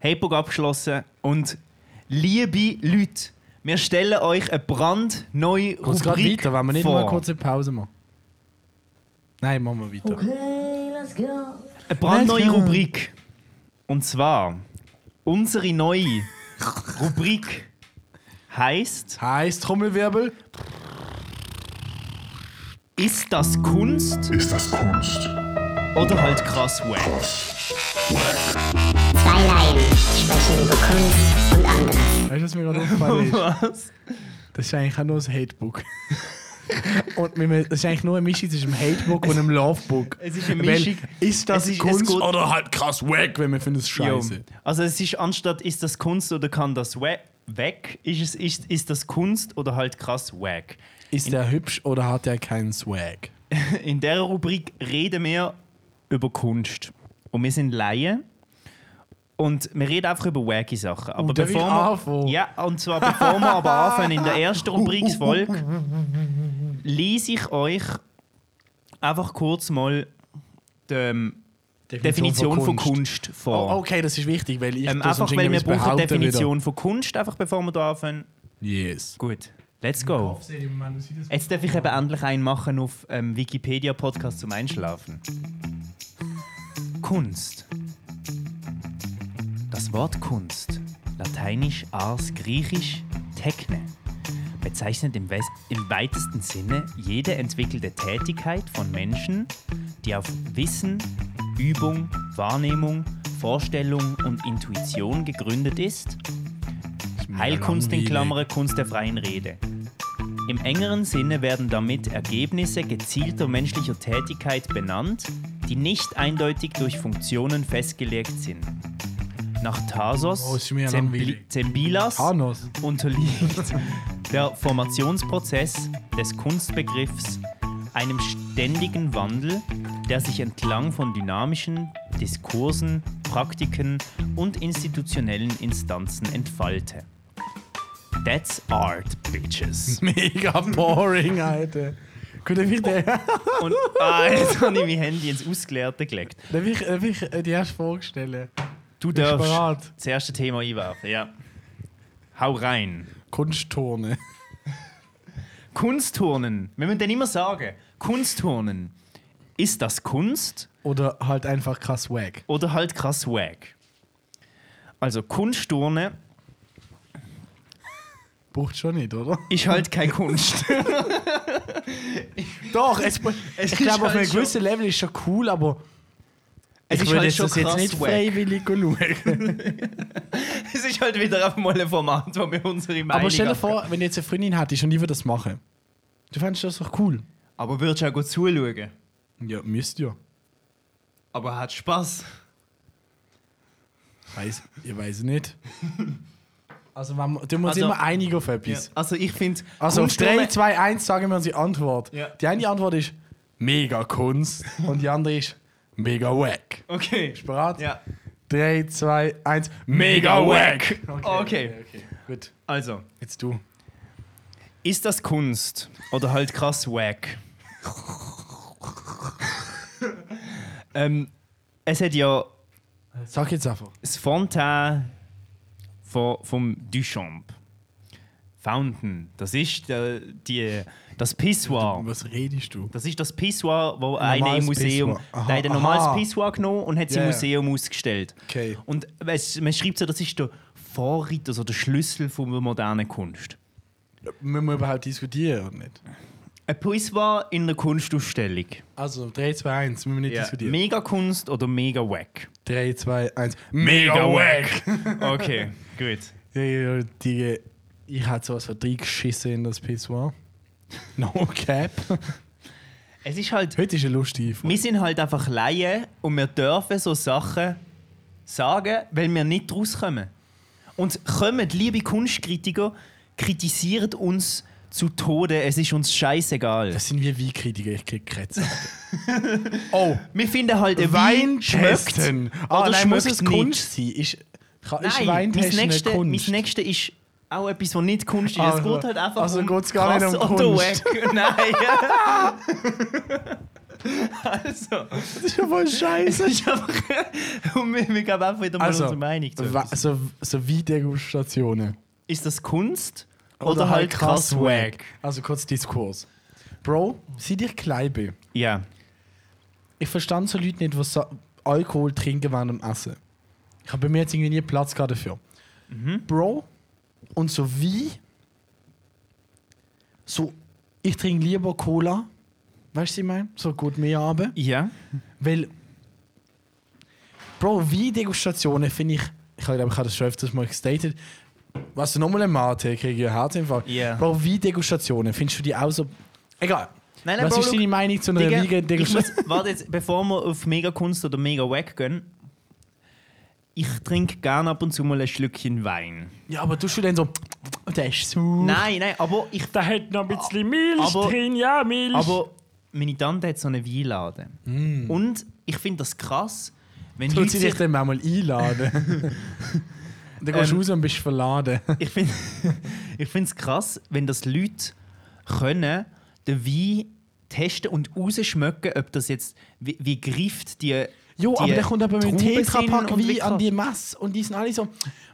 S2: Hatebook abgeschlossen und liebe Leute, wir stellen euch eine brandneue
S1: Kurz gerade
S2: Rubrik
S1: weiter, wenn wir nicht
S2: vor.
S1: mal kurz eine Pause machen. Nein, machen wir weiter.
S7: Okay, let's go.
S2: Eine brandneue
S1: Let's go.
S2: Rubrik. Und zwar, unsere neue Rubrik heißt
S1: Heiß Trommelwirbel.
S2: Ist das Kunst? Ist das Kunst? Oder halt krass wack.
S8: Zwei Laien sprechen über Kunst und anderes.
S1: Weißt du, was mir gerade aufgefallen ist?
S2: Was?
S1: Das ist eigentlich auch nur ein Hatebook. Und wir mü- das ist eigentlich nur eine Mischung zwischen einem Hatebook und einem Lovebook.
S2: Es ist eine
S1: Weil,
S2: Mischung.
S1: ist das
S2: Es ist- es
S1: Kunst
S2: geht-
S1: oder halt krass wack, wenn man findet es scheiße?
S2: Jo. Also es ist anstatt ist das Kunst oder kann das we weg, ist es ist, ist das Kunst oder halt krass wack.
S1: Ist der hübsch oder hat er keinen Swag?
S2: In der Rubrik reden wir über Kunst und wir sind Laien und wir reden einfach über wacky Sachen. Aber
S1: darf ich
S2: bevor
S1: anfangen?
S2: wir, ja und zwar bevor wir aber anfangen in der ersten Rubriksfolge, lese ich euch einfach kurz mal die ähm, Definition von Kunst vor.
S1: Oh, okay, das ist wichtig, weil ich
S2: Ähm,
S1: das
S2: einfach
S1: sonst
S2: weil wir
S1: irgendwie
S2: brauchen
S1: behaupten
S2: Definition von Kunst, einfach bevor wir da anfangen.
S1: Wieder. Yes.
S2: Gut, let's go. Jetzt darf ich eben endlich einen machen auf ähm, Wikipedia-Podcast zum Einschlafen. Kunst. Das Wort Kunst, lateinisch ars griechisch techne, bezeichnet im, Wes- im weitesten Sinne jede entwickelte Tätigkeit von Menschen, die auf Wissen, Übung, Wahrnehmung, Vorstellung und Intuition gegründet ist Heilkunst in Klammern
S9: langweilig.
S2: Kunst der freien Rede. Im engeren Sinne werden damit Ergebnisse gezielter menschlicher Tätigkeit benannt, die nicht eindeutig durch Funktionen festgelegt sind. Nach Thasos,
S1: Oh, ist mir
S2: Zembi
S1: langweilig.
S2: Zembilas
S1: Thanos.
S2: unterliegt der Formationsprozess des Kunstbegriffs einem ständigen Wandel, der sich entlang von dynamischen Diskursen, Praktiken und institutionellen Instanzen entfalte. That's art, bitches.
S1: Mega boring, Alter. Gut, dann will ich, den- dann
S2: Und ah, jetzt habe ich mein Handy ins Ausgeleerte gelegt.
S1: will ich, dann will ich äh, die erste Frage stellen.
S2: Du
S1: Bist du
S2: darfst
S1: bereit?
S2: das erste Thema einwerfen, ja. Hau rein.
S1: Kunstturne.
S2: Kunstturnen. Wir müssen den immer sagen. Kunstturnen. Ist das Kunst
S1: Oder halt einfach krass wack.
S2: oder halt krass wack? Also Kunstturnen
S1: Braucht schon nicht, oder?
S2: ist halt keine Kunst.
S1: Doch, es,
S2: es
S1: ich
S2: ist
S1: glaube, auf
S2: halt
S1: einem
S2: schon-
S1: gewissen Level ist schon cool, aber
S2: Es
S1: ich
S2: ist
S1: würde
S2: halt
S1: jetzt
S2: schon
S1: das jetzt
S2: krass
S1: nicht
S2: wack.
S1: freiwillig schauen.
S2: es ist halt wieder auf einmal ein Format, wo wir unsere Meinung
S1: aber stell dir
S2: abgeben.
S1: vor, wenn du jetzt eine Freundin hättest und ich würde das machen. Du fändest das doch cool.
S2: Aber würdest du auch gut zuschauen.
S1: Ja, müsst ja.
S2: Aber hat Spaß.
S1: Weiß, ich weiß es nicht. Also, wenn, wir- tun wir uns
S2: Also-
S1: immer einigen auf etwas.
S2: Also ich finde.
S1: Also, auf 3, 2, 1 sagen wir unsere Antwort.
S2: Ja.
S1: Die eine Antwort ist mega Kunst und die andere ist mega wack.
S2: Okay.
S1: Bereit?
S2: Ja.
S1: 3, 2, 1, mega wack!
S2: Okay.
S1: Gut,
S2: Also.
S1: jetzt du.
S2: Ist das Kunst oder halt krass wack? ähm, es hat ja
S1: Sag jetzt einfach.
S2: das Fontaine von, vom Duchamp. Fountain. Das ist der, die, das Pissoir.
S1: um Was redest du?
S2: Das ist das Pissoir, wo einer im
S1: normales
S2: Museum.
S1: Pissoir. Aha,
S2: der hat ein
S1: aha.
S2: normales Pissoir genommen und hat es
S1: Ja,
S2: im
S1: ja.
S2: Museum ausgestellt.
S1: Okay.
S2: Und es, man schreibt so, das ist der Vorreiter, so der Schlüssel von der modernen Kunst.
S1: Müssen wir überhaupt diskutieren oder nicht?
S2: Ein Pissoir in einer Kunstausstellung.
S1: Also, 3, 2, 1, müssen wir nicht diskutieren.
S2: Mega Kunst oder mega wack?
S1: 3, 2, 1, mega wack!
S2: Okay, gut.
S1: Ja, ja, ja, die, ich hatte sowas von drei geschissen in das Pissoir. No cap.
S2: Es ist halt,
S1: Heute ist eine lustige Folge.
S2: wir sind halt einfach Laien und wir dürfen so Sachen sagen, weil wir nicht rauskommen. Und kommen, liebe Kunstkritiker, kritisiert uns zu Tode, es ist uns scheißegal.
S1: Das sind wir Weinkritiker, ich krieg Krätze. oh,
S2: Wir finden halt, ein Wein
S1: Wein
S2: schmeckt.
S1: testen. Ah,
S2: oder
S1: nein, muss
S2: schmeckt
S1: es
S2: nicht.
S1: Kunst sein? Ist, kann, ist
S2: Nein,
S1: Wein
S2: mein
S1: testen
S2: nächste,
S1: eine
S2: mein
S1: Kunst?
S2: nächste ist auch etwas, was nicht Kunst ist. es
S1: Also-
S2: geht halt einfach
S1: also
S2: um
S1: geht's gar nicht
S2: krass
S1: um
S2: oder
S1: Kunst.
S2: wack. Nein. also,
S1: das ist ja voll
S2: es
S1: scheiße.
S2: ist einfach... und wir, wir geben einfach wieder mal
S1: Also,
S2: unsere Meinung zu.
S1: wa- so, so wie Degustationen.
S2: Ist das Kunst oder, halt krass wack?
S1: Also kurz Diskurs. Bro, sei dich klein bin.
S2: Ja.
S1: Ich verstand so Leute nicht, die so Alkohol trinken während dem Essen. Ich habe bei mir jetzt irgendwie nie Platz gehabt dafür.
S2: Mhm.
S1: Bro, und so wie? So, ich trinke lieber Cola. Weißt du, was ich meine? So gut mehr haben.
S2: Ja.
S1: Weil, Bro, wie Degustationen finde ich, ich glaube, ich habe das schon öfters mal gestatet, was du nochmal im Mate kriege, einen Herzinfarkt.
S2: Ja.
S1: Bro, wie Degustationen, findest du die auch so, egal.
S2: Nein, nein,
S1: was
S2: Bro,
S1: ist
S2: look,
S1: deine Meinung zu einer
S2: Digga,
S1: vegan
S2: ich
S1: Degustation?
S2: muss- Warte jetzt, bevor wir auf Mega Kunst oder Mega Wack gehen. Ich trinke gerne ab und zu mal ein Schlückchen Wein.
S1: Ja, aber tust du denn so, der ist sauer.
S2: Nein, nein, aber ich
S6: Da hat noch ein bisschen Milch
S2: Aber-
S6: drin, ja, Milch.
S2: Aber meine Tante hat so einen Weinladen. Und ich finde das krass, wenn
S1: Mm. Tut
S2: Leute
S1: sie dich
S2: sich,
S1: dann auch mal einladen. dann gehst du
S2: Ähm,
S1: raus und bist verladen.
S2: ich finde ich finde es krass, wenn das Leute können, den Wein testen und rausschmecken, ob das jetzt wie, wie greift die
S1: Jo,
S2: die
S1: aber der kommt aber mit dem
S2: Trauben
S1: Tetrapack
S2: sind und
S1: wie an
S2: krass.
S1: die Masse und die sind alle so.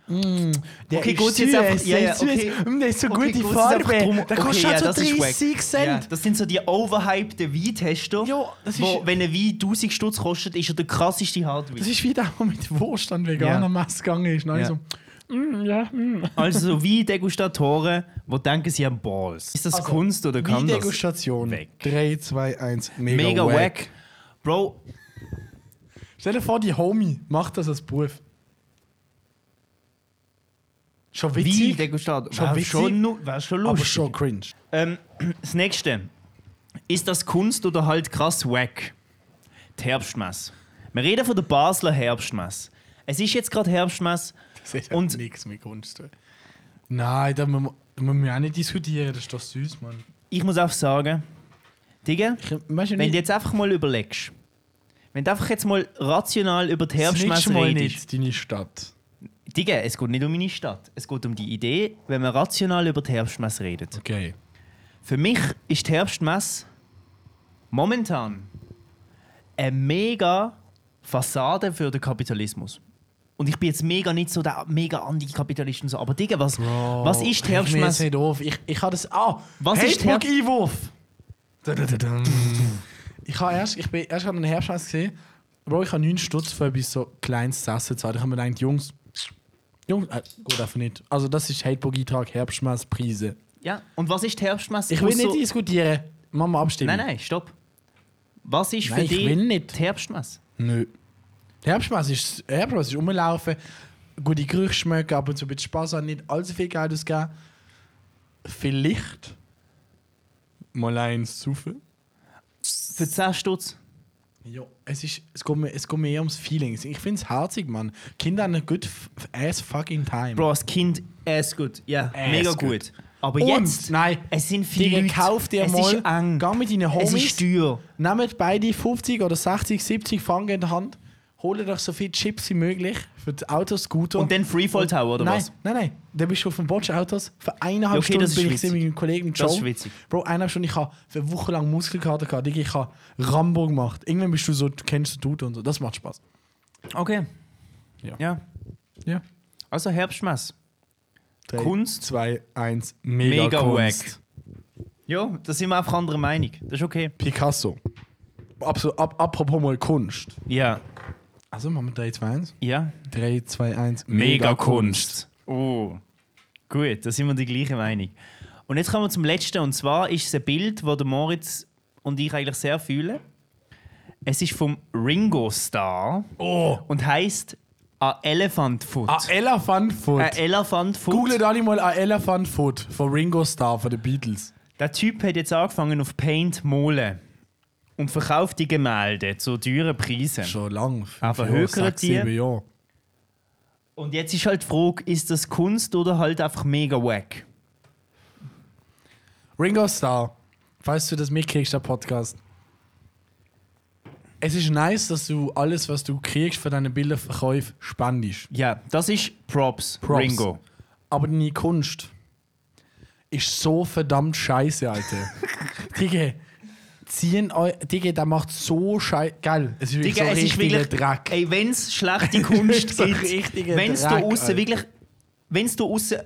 S1: Mm, der
S2: Okay,
S1: ist
S2: geht's
S1: süß,
S2: jetzt einfach- ja,
S1: der
S2: ja,
S1: ist süß,
S2: okay.
S1: mm, der ist so
S2: Okay,
S1: gute
S2: gut, es ist einfach
S1: Farbe.
S2: drum-
S1: Der
S2: okay,
S1: kostet
S2: ja,
S1: schon
S2: das ist wack.
S1: 30 Cent.
S2: Ja, das sind so die overhypten Weintester,
S1: Jo, das
S2: wo,
S1: ist-
S2: wenn ein Wein 1000 Stutz kostet, ist er der krasseste Hardwein.
S1: Das ist wie der, der mit Wurst an veganer
S2: Ja.
S1: Masse gegangen ist. Nein,
S2: Ja.
S1: so.
S6: ja, hm.
S2: Also so wie Degustatoren, wo denken sie an Balls. Ist das
S1: Also,
S2: Kunst oder
S1: Wie
S2: kann das?
S1: Degustation.
S2: Weg.
S1: 3, 2, 1. Mega,
S2: Mega
S1: wack.
S2: wack. Bro,
S1: Stell dir vor, die Homie macht das als Beruf. Schon
S2: Wein
S1: witzig,
S2: degustiert.
S1: Schon
S2: Wär
S1: witzig.
S2: schon, nu- wär schon
S1: aber
S2: lustig.
S1: schon cringe.
S2: Ähm, das nächste. Ist das Kunst oder halt krass wack? Die Herbstmesse. Wir reden von der Basler Herbstmesse. Es ist jetzt gerade Herbstmesse. Und-
S1: nichts mit Kunst zu tun. Nein, da müssen wir- da müssen wir auch nicht diskutieren, das ist doch süß, Mann.
S2: Ich muss auch sagen, Digga,
S1: Weißt du
S2: wenn du jetzt einfach mal überlegst, wenn du einfach jetzt mal rational über die Herbstmesse
S1: mal
S2: redest,
S1: nicht deine Stadt.
S2: Digga, es geht nicht um meine Stadt. Es geht um die Idee, wenn man rational über die Herbstmesse redet.
S1: Okay.
S2: Für mich ist die Herbstmesse momentan eine mega Fassade für den Kapitalismus. Und ich bin jetzt mega nicht so der mega Anti-Kapitalist und so. Aber Digga, was, Oh, was ist die
S1: Ich mir jetzt
S2: Herbstmesse?
S1: nicht auf. Ich, ich habe das. Ah!
S2: Was ist die Herbst-
S1: Einwurf? Ich habe erst, ich bin erst an den Herbstmesse gesehen, Bro, ich habe 9 Stutz für etwas so kleines zu essen gezahlt. Ich habe mir gedacht, Jungs, Jungs, äh, geht einfach nicht. Also das ist Hateburg-Eintrag, Herbstmesse, Preise.
S2: Ja, und was ist die Herbstmesse?
S1: Ich will
S2: ausser-
S1: nicht diskutieren. Machen wir Abstimmung.
S2: Nein, nein, stopp. Was ist
S1: Nein,
S2: für
S1: ich
S2: dich
S1: will nicht.
S2: die Herbstmesse?
S1: Nö. Der Herbstmesse ist, der Herbstmesse ist rumlaufen, gute Gerüche schmecken, ab und zu ein bisschen Spaß haben, nicht allzu viel Geld ausgeben. Vielleicht mal eins saufen.
S2: Für 10 Stutz?
S1: Ja, es, ist, es, geht mir, es geht mir eher ums Feeling. Ich finde es herzig, Mann. Kinder haben eine good f- ass fucking time.
S2: Bro, als Kind, äh, ist gut. Ja,
S1: Äh,
S2: mega
S1: ist
S2: gut.
S1: gut.
S2: Aber
S1: Und,
S2: jetzt,
S1: nein,
S2: es sind viele
S1: Digga,
S2: Leute.
S1: kauf dir
S2: es
S1: mal,
S2: ist eng.
S1: geh mit deinen
S2: Es
S1: Homies.
S2: ist teuer.
S1: Nehmt beide 50 oder 60, 70 Franken in der Hand, holt euch so viele Chips wie möglich für die Autoscooter.
S2: Und dann Freefall Tower, oder
S1: nein,
S2: was?
S1: Nein, nein, da bist du auf dem Botsch Autos. Für eineinhalb
S2: Ja, okay,
S1: Stunden
S2: das ist
S1: bin ich
S2: witzig.
S1: gewesen mit meinem Kollegen Joe.
S2: Das ist witzig.
S1: Bro, eineinhalb Stunden, ich habe für eine Woche lang Muskelkater gehabt. Digga, Ich habe Rambo gemacht. Irgendwann bist du so, du kennst den Dude und so. Das macht Spaß.
S2: Okay.
S1: Ja.
S2: ja.
S1: Ja.
S2: Also Herbstmess.
S1: Drei,
S2: Kunst?
S1: zwei, eins, mega,
S2: Mega
S1: Kunst.
S2: wack. Ja, da sind wir einfach anderer Meinung. Das ist okay.
S1: Picasso. Abso, ab, apropos mal Kunst.
S2: Ja.
S1: Also machen wir 3, 2, 1.
S2: Ja.
S1: 3, 2, 1.
S2: Oh. Gut, da sind wir die gleiche Meinung. Und jetzt kommen wir zum letzten. Und zwvar ist es ein Bild, das der Moritz und ich eigentlich sehr fühlen. Es ist vom Ringo Starr
S1: Oh,
S2: und heißt A Elephant Foot.
S1: A Elephant Foot.
S2: A Elephant Foot.
S1: Googlet alle mal A Elephant Foot von Ringo Starr von den Beatles.
S2: Der Typ hat jetzt angefangen auf Paint malen und verkauft die Gemälde zu teuren Preisen.
S1: Schon lang. Fünf
S2: Aber
S1: Jahre,
S2: höhere
S1: sechs,
S2: Ah, Tier?
S1: sieben Jahre.
S2: Und jetzt ist halt die Frage, ist das Kunst oder halt einfach mega wack?
S1: Ringo Starr, falls du das mitkriegst, der Podcast. Es ist nice, dass du alles, was du kriegst für deine Bilderverkäufe, spendest.
S2: Ja, das ist Props,
S1: Props.
S2: Ringo.
S1: Aber deine Kunst ist so verdammt scheiße, Alter. Digga, ziehen eu Digga, der macht so scheiße. Geil, es ist wirklich
S2: Digga,
S1: so
S2: es ist
S1: richtiger
S2: wirklich,
S1: Dreck.
S2: ey, wenn es schlechte Kunst
S1: so
S2: gibt,
S1: richtiger
S2: wenn es da
S1: Dreck,
S2: außen
S1: Alter.
S2: wirklich, wenn es da außen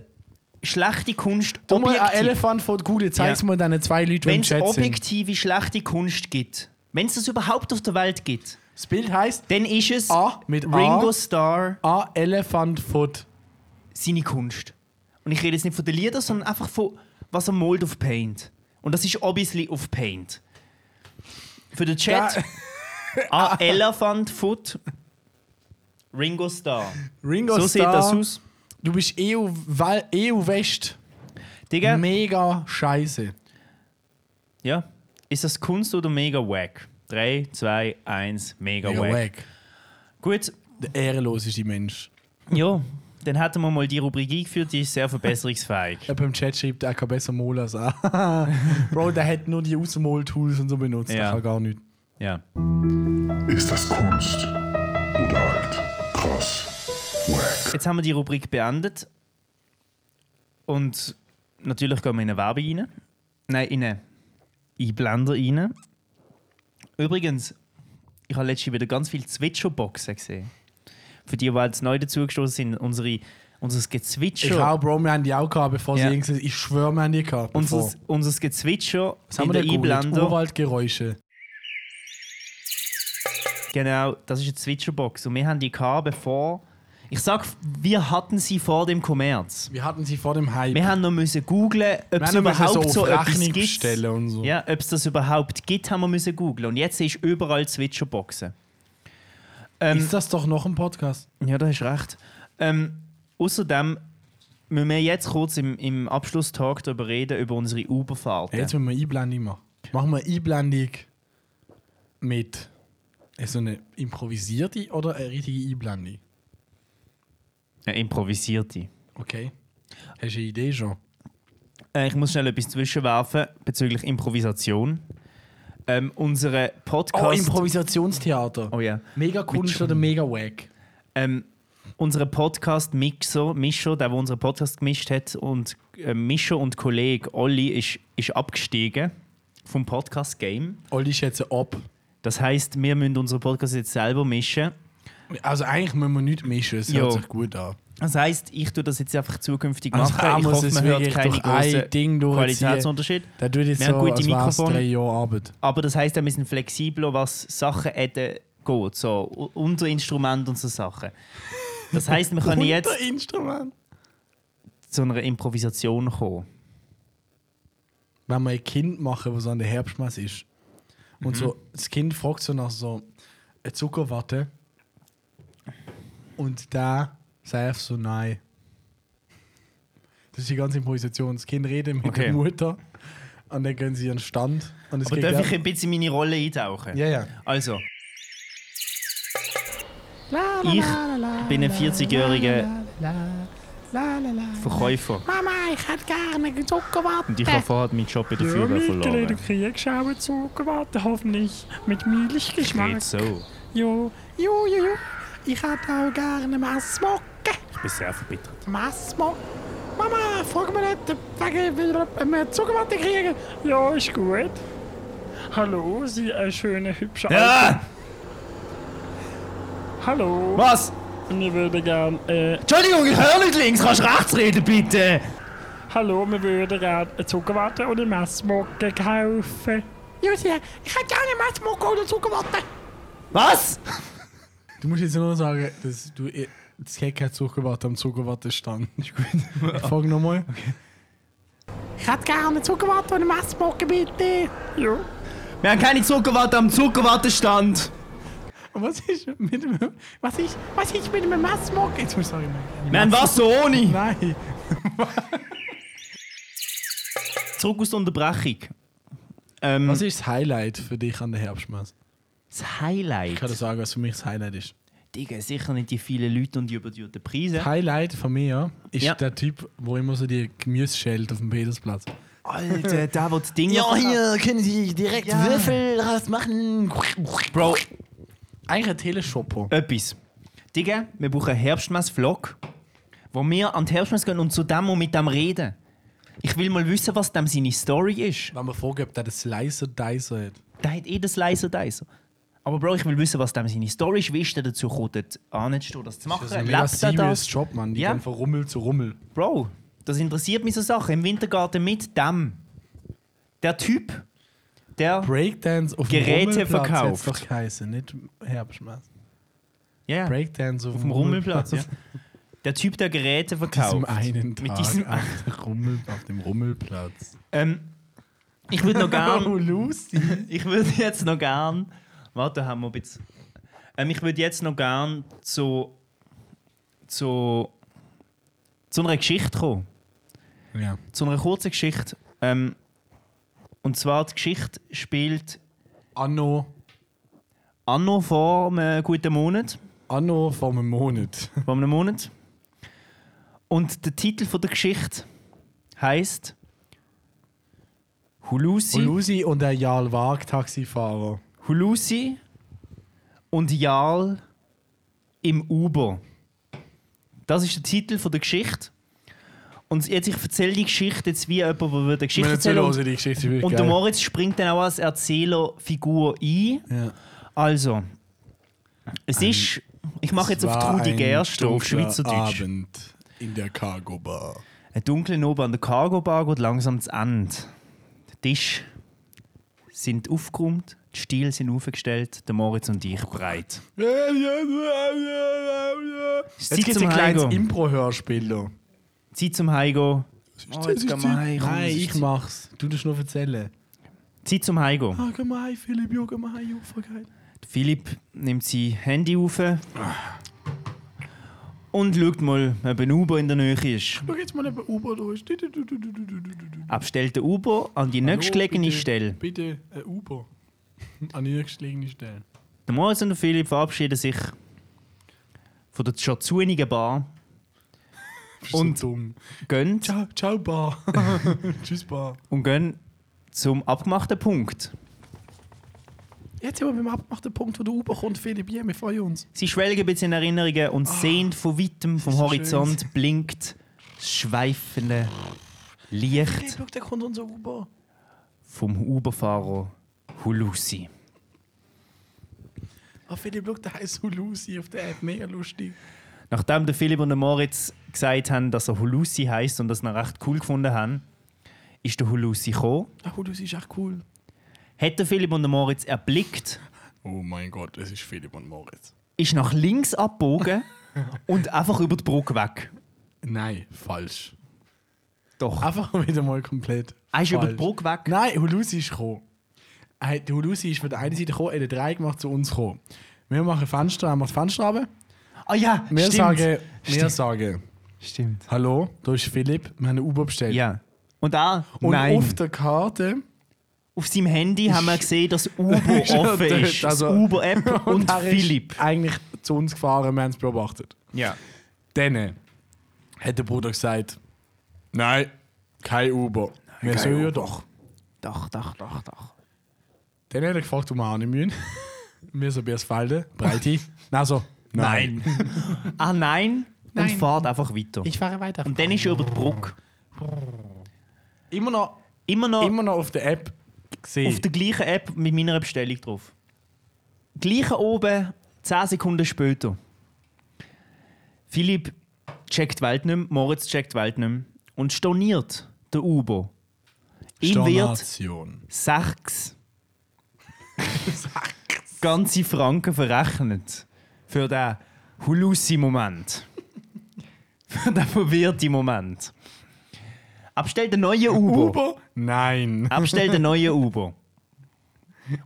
S2: schlechte Kunst,
S1: Du mal
S2: objektiv-
S1: ein Elefant von Google, zeig's
S2: Ja.
S1: mal deinen zwei Leuten, die
S2: wenn
S1: im
S2: es
S1: Chat sind.
S2: objektive schlechte Kunst gibt, wenn es das überhaupt auf der Welt gibt,
S1: Das Bild heißt
S2: dann ist es
S1: A mit A.
S2: Ringo Starr
S1: A Elephant Foot.
S2: seine Kunst. Und ich rede jetzt nicht von den Liedern, sondern einfach von, was er malt auf Paint. Und das ist obviously auf Paint. Für den Chat. A Elephant Foot. Ringo Starr.
S1: Ringo Starr.
S2: So sieht das aus.
S1: Du bist EU, Wal- EU West.
S2: Digga.
S1: Mega scheiße.
S2: ja. Ist das Kunst oder mega wack? 3, 2, 1, mega,
S1: Mega
S2: wack.
S1: wack.
S2: Gut.
S1: Der ehrloseste Mensch.
S2: Ja. Dann hätten wir mal die Rubrik eingeführt, die ist sehr verbesserungsfähig.
S1: Ich habe im Chat schreibt, er kann besser malen als er. Bro, der hat nur die Ausmol-Tools und so benutzt. Der
S2: Ja.
S1: kann gar nicht.
S2: ja.
S9: Ist das Kunst oder halt krass wack?
S2: Jetzt haben wir die Rubrik beendet. Und natürlich gehen wir in eine Werbung rein. Nein, in einen Einblender rein. Übrigens, ich habe letztens wieder ganz viele Zwitscherboxen gesehen. Für die, die jetzt neu dazugestoßen sind, unsere, unser
S1: Ich
S2: Gezwitscher.
S1: glaube, Bro, wir haben die auch gehabt, bevor
S2: Ja.
S1: sie irgendwas. Ich schwöre, wir haben die gehabt.
S2: Unser,
S1: bevor.
S2: unser Gezwitscher
S1: Was
S2: in
S1: haben
S2: der
S1: wir denn googelt?
S2: Einblender.
S1: Urwaldgeräusche.
S2: Genau, das ist eine Zwitscherbox. Und wir haben die gehabt, bevor. Ich sag, wir hatten sie vor dem Kommerz.
S1: Wir hatten sie vor dem Hype.
S2: Wir haben noch müssen googlen, ob
S1: Wir
S2: es
S1: haben noch müssen so
S2: überhaupt so
S1: auf
S2: etwas
S1: Rechnung
S2: gibt.
S1: bestellen und so.
S2: Ja, ob es das überhaupt gibt, haben wir müssen googlen. Und jetzt ist überall Zwitscherboxen.
S1: Ist das doch noch ein Podcast?
S2: Ja, da hast du recht. Ähm, außerdem, müssen wir jetzt kurz im, im Abschlusstalk darüber reden, über unsere Uberfahrt.
S1: Jetzt müssen wir eine Einblendung machen. Machen wir eine Einblendung mit äh, so eine improvisierte oder eine richtige Einblendung?
S2: Eine improvisierte.
S1: Okay. Hast du eine Idee schon?
S2: Äh, ich muss schnell etwas zwischenwerfen bezüglich Improvisation. Ähm, unsere Podcast.
S1: Oh, Improvisationstheater.
S2: Oh ja.
S1: Mega Kunst oder mega wack?
S2: Ähm, unser Podcast-Mixer, Mischo, der, der unseren Podcast gemischt hat, und äh, Mischo und Kollege Olli ist, ist abgestiegen vom Podcast-Game.
S1: Olli ist jetzt ein Ob.
S2: Das heißt, wir müssen unseren Podcast jetzt selber mischen.
S1: Also eigentlich müssen wir nicht mischen, es
S2: Jo.
S1: hört sich gut an.
S2: Das heißt, ich tue das jetzt einfach zukünftig
S1: Also er
S2: machen. Ich
S1: muss
S2: hoffe,
S1: es
S2: man hört
S1: wirklich
S2: keine
S1: durch ein
S2: großen
S1: Ding durchziehen.
S2: Qualitätsunterschied.
S1: Der tut jetzt
S2: Wir haben
S1: so,
S2: gute
S1: als wär's
S2: Mikrofone.
S1: drei Jahre Arbeit.
S2: Aber das heißt, wir müssen flexibler, was Sachen edden geht, so u- unter Instrument und so Sachen. Das heißt, wir können jetzt
S1: Instrument.
S2: zu einer Improvisation kommen.
S1: Wenn wir ein Kind machen, was an der Herbstmesse ist,
S2: Mhm.
S1: und so das Kind fragt so nach so einer Zuckerwatte und der sagt so nein. Das ist die ganze Improvisation. Das Kind redet mit
S2: Okay.
S1: der Mutter und dann gehen sie ihren Stand. Und es
S2: Aber
S1: kriegt
S2: darf ich
S1: er-
S2: ein bisschen meine Rolle eintauchen?
S1: Ja, ja.
S2: Also. Ich bin ein 40-jähriger Verkäufer. Mama, ich hätte gerne Zuckerwatte.
S6: Äh.
S2: Und ich habe vorher meinen Job in der
S6: Ja,
S2: Firma
S6: Michael,
S2: verloren.
S6: du kriegst auch einen Zuckerwatte, hoffentlich. Mit Milchgeschmack.
S2: Geht so.
S6: Jo.
S3: Jo, jo, jo. Ich hätte auch gerne Massmocke.
S2: Ich bin sehr verbittert.
S3: Massmocke. Mama, frag mich nicht, wegen wieder eine Zuckerwatte kriegen.
S6: Ja, ist gut. Hallo, Sie ein schöner, hübscher
S2: Ah!
S6: Alter. Hallo.
S2: Was?
S6: Wir würden gern, äh,
S2: Entschuldigung, ich höre nicht links. Kannst du rechts reden, bitte?
S6: hallo, wir würden gern eine Zuckerwatte und eine Messmocke kaufen.
S3: Jussi, ich hätte gerne Massmocke oder Zuckerwatte.
S2: Was?
S1: Du musst jetzt nur sagen, dass du das hat keine Zuckerwatte am Zuckerwattestand. Ist gut. Ich frage nochmal.
S3: Ich hätte gerne Zuckerwatte und eine Massmocke, bitte.
S6: Ja.
S2: Wir haben keine Zuckerwatte am Zuckerwattestand.
S1: Und was ist mit dem.
S3: Was ist, was ist mit einem Massmocke? Jetzt muss ich sagen,
S2: Wir haben Wasser ohne.
S1: Nein!
S2: Zurück aus der Unterbrechung. Ähm,
S1: Was ist das Highlight für dich an der Herbstmesse?
S2: das
S1: Ich kann dir
S2: Highlight?
S1: sagen, was für mich das Highlight ist.
S2: Digga, sicher nicht die vielen Leute und die überteuerten Preise.
S1: Das Highlight von mir ist
S2: Ja.
S1: der Typ, wo immer so die Gemüse schält auf dem Petersplatz.
S2: Alter, der, der die Dinge...
S1: können Sie direkt Würfel rausmachen.
S2: Bro,
S1: Eigentlich ein Teleshopper.
S2: etwas. Digga, wir brauchen einen Herbstmess-Vlog, wo wir an die Herbstmess gehen und zu dem und mit dem reden. Ich will mal wissen, was dem seine Story ist.
S1: Wenn man fragen, ob der den Slicer Dicer hat.
S2: Der hat eh das leise Dicer. Aber Bro, ich will wissen, was dem seine Story ist. Wie ist der dazu gekommen, dort anzustehen, das zu machen?
S1: Das ist ein mega
S2: Lebt er
S1: serious
S2: das?
S1: Job, Mann. Die
S2: Ja.
S1: gehen von Rummel zu Rummel.
S2: Bro, das interessiert mich so Sachen. Im Wintergarten mit dem. Der Typ, der...
S1: Breakdance auf dem
S2: Geräte
S1: Rummelplatz
S2: verkauft.
S1: hat's doch geheißen, nicht Herbstmesse.
S2: Ja, yeah,
S1: Breakdance auf,
S2: auf dem Rummelplatz. Ja. Der Typ, der Geräte verkauft.
S1: Diesem einen Tag ah.
S2: Mit diesem
S1: auf, dem Rummel, auf dem Rummelplatz.
S2: Ähm, ich würde noch
S1: Oh,
S2: gern,
S1: Lucy.
S2: ich würde jetzt noch gern, warte, haben wir ein bisschen. Ähm, ich würde jetzt noch gern zu, zu, zu einer Geschichte kommen,
S1: Ja.
S2: zu einer kurzen Geschichte. Ähm, und zwar die Geschichte spielt
S1: Anno,
S2: anno vor einem guten Monat,
S1: Anno vor einem Monat.
S2: vor einem Monat. Und der Titel von der Geschichte heißt
S1: Und
S2: Hulusi.
S1: Oh, Lucy und der Jalwag Taxifahrer.
S2: Hulusi und Jarl im Uber. Das ist der Titel von der Geschichte. Und jetzt, ich erzähle die Geschichte jetzt wie jemand, der würde eine Geschichte erzählen
S1: die
S2: und,
S1: Geschichte ist
S2: und der Moritz springt dann auch als Erzählerfigur ein.
S1: Ja.
S2: Also, es ist... Ich mache jetzt auf Trudi Gerste, auf Schweizerdeutsch.
S1: Abend in der Cargo Bar.
S2: Ein dunkler Abend an der Cargo Bar geht langsam zu Ende. Die Tische sind aufgeräumt, die Stühle sind aufgestellt, der Moritz und ich breit.
S1: Jetzt
S2: Zeit
S1: gibt es
S2: zum
S1: ein kleines
S2: Heimgehen.
S1: Impro-Hörspiel. noch.
S2: Zeit zum Heimgehen.
S1: Oh, jetzt gehen wir heim.
S2: komm,
S1: Nein,
S2: es ist
S1: ich
S2: Zeit.
S1: mach's. Du darfst nur erzählen.
S2: Zeit zum Heimgehen.
S1: Ah, geh mal heim, Philipp, ja, geh mal heim, ja, voll geil.
S2: Philipp nimmt sein Handy auf und schaut mal, ob ein Uber in der Nähe ist.
S1: Schau jetzt mal über Uber durch. Du, du, du, du, du, du, du, du.
S2: Abstellt den Uber an die nächstgelegene
S1: bitte,
S2: Stelle.
S1: Bitte ein Uber. An die nächstgelegene Stelle.
S2: Der Moritz und der Philipp verabschieden sich von der schon zunigen Bar Und-
S1: so dumm.
S2: gehen,
S1: Ciao, ciao Bar. Tschüss Bar.
S2: und gehen zum abgemachten Punkt.
S1: Jetzt sind wir beim abgemachten Punkt, wo der Uber kommt, Philipp. Ja, wir freuen uns.
S2: Sie schwelgen ein bisschen in Erinnerungen und
S1: Ah,
S2: sehen von weitem vom
S1: so
S2: Horizont blinkt das schweifende Licht
S1: schau, da kommt unser Uber.
S2: vom Uberfahrer Hulusi.
S1: Ah, Philipp, schau, der heißt Hulusi auf der App. Mega lustig.
S2: Nachdem der Philipp und der Moritz gesagt haben, dass er Hulusi heißt und das noch recht cool gefunden haben, ist der Hulusi gekommen,
S1: Ah, Hulusi ist echt cool.
S2: hat der Philipp und der Moritz erblickt,
S1: Oh mein Gott, es ist Philipp und Moritz.
S2: ist nach links abgebogen und einfach über die Brücke weg.
S1: Nein, falsch.
S2: Doch.
S1: Einfach wieder mal komplett.
S2: Er ist über die
S1: falsch.
S2: Brücke weg.
S1: Nein, Hulusi ist gekommen. Er hat- Der Hulusi ist von der einen Seite gekommen, er hat einen Dreieck gemacht, zu uns gekommen. Wir machen Fenster, er macht Fenster runter.
S2: Ah ja,
S1: Wir
S2: stimmt.
S1: sagen, wir sagen,
S2: Stimmt.
S1: hallo, da ist Philipp, wir haben einen Uber bestellt.
S2: Ja. Und da,
S1: Und
S2: nein.
S1: auf der Karte
S2: Auf seinem Handy haben wir gesehen, dass Uber
S1: er
S2: offen
S1: dort,
S2: ist.
S1: also-
S2: das Uber-App und,
S1: er ist
S2: Philipp.
S1: eigentlich zu uns gefahren, wir haben es beobachtet.
S2: Ja.
S1: Dann hat der Bruder gesagt, nein, kein Uber. wir sollen ja doch.
S2: Doch, doch, doch, doch.
S1: Dann hat er gefragt, ob wir auch nicht müssen. wir sind Biersfelde, Breiti. Nein, so, nein.
S2: Ah nein, und fahrt einfach weiter.
S1: Ich fahre weiter.
S2: und dann ist er über die Brücke.
S1: Immer noch,
S2: Immer noch
S1: immer noch auf der App gesehen.
S2: auf der gleichen App mit meiner Bestellung drauf. Gleiche oben, 10 Sekunden später. Philipp checkt die Welt nicht mehr, Moritz checkt die Welt nicht mehr und storniert den Uber. Ihm wird
S1: Stornation.
S2: sechs ganze Franken verrechnet für den Hulusi-Moment. für den verwirrten Moment. Abstell den neuen Uber.
S1: Uber? Nein.
S2: Abstell den neuen Uber.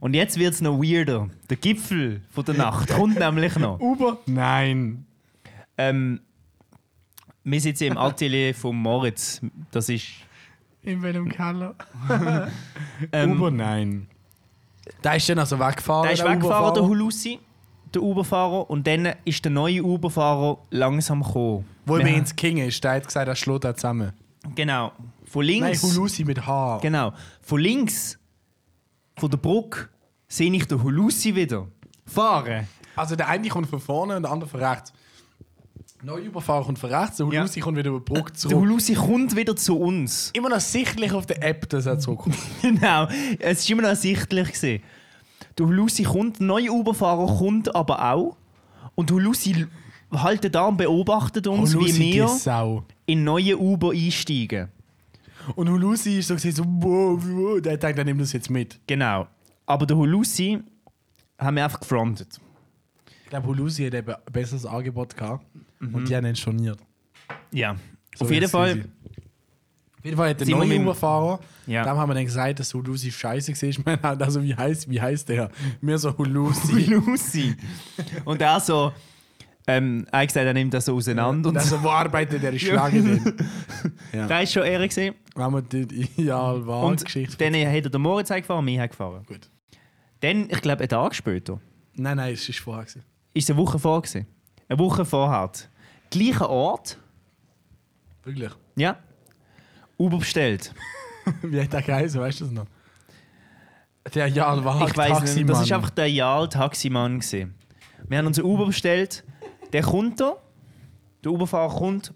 S2: Und jetzt wird es noch weirder. Der Gipfel von der Nacht kommt nämlich noch.
S1: Uber? Nein.
S2: Ähm, wir sitzen im Atelier von Moritz. Das ist
S1: In welchem Keller? Uber? Nein. Ähm, Da ist dann also weggefahren.
S2: Da ist
S1: der
S2: weggefahren, der
S1: Uberfahrer.
S2: Hulusi, der Uberfahrer. Und dann ist der neue Uberfahrer langsam gekommen.
S1: Wo
S2: Wir-
S1: übrigens King ist, der hat gesagt, er schlägt da zusammen.
S2: Genau. Von
S1: Nein,
S2: links.
S1: Hulusi mit H.
S2: genau. Von links, von der Brücke, sehe ich den Hulusi wieder. Fahren.
S1: Also der eine kommt von vorne und der andere von rechts. Neuer Überfahrer kommt von rechts, der Hulusi kommt wieder über die Brücke
S2: Der
S1: zurück.
S2: Hulusi kommt wieder zu uns.
S1: Immer noch sichtlich auf der App, dass er zurückkommt.
S2: genau. Es war immer noch ersichtlich. gewesen. Der Hulusi kommt, der neue Uberfahrer kommt aber auch. Und der Hulusi haltet da und beobachtet uns, wie
S1: die
S2: wir
S1: Sau.
S2: in neue Uber einsteigen.
S1: Und Hulusi ist so gesehen so, wow, wow. Der denkt, er nimmt das jetzt mit.
S2: Genau. Aber der Hulusi haben wir einfach gefrontet.
S1: Ich glaube, Hulusi hat eben ein besseres Angebot gehabt
S2: Mhm.
S1: und die haben ihn storniert.
S2: Ja.
S1: So
S2: Auf jeden
S1: ist
S2: Fall.
S1: easy. Auf jeden Fall hat der
S2: Sind wir mit
S1: neue
S2: dem-
S1: Uberfahrer,
S2: Ja.
S1: dem haben wir dann gesagt, dass Hulusi scheiße war. Ich meine, also wie heißt, wie heißt der? Mir so Hulusi.
S2: Hulusi. Und er so. Ähm, er hat gesagt, er nimmt das so auseinander. Und
S1: Also wo arbeitet der? Ich schlage den.
S2: da ist schon er gesehen.
S1: Wenn man die ideal war
S2: Und
S1: Geschichte.
S2: dann hat er den Moritz gefahren, mich hat gefahren.
S1: Gut.
S2: Dann, ich glaube, einen Tag später,
S1: Nein, nein, es war vorher. gewesen.
S2: ist es eine Woche vor. Gewesen. Eine Woche vorher. Gleicher Ort,
S1: Wirklich.
S2: ja. Uber bestellt.
S1: Wie hat der geheißen, weißt du das noch? Der Jarl war
S2: ich weiß nicht, das ist einfach der Jahr Taximann gewesen. Wir haben unseren Uber bestellt, der kommt da, der Uberfahrer kommt,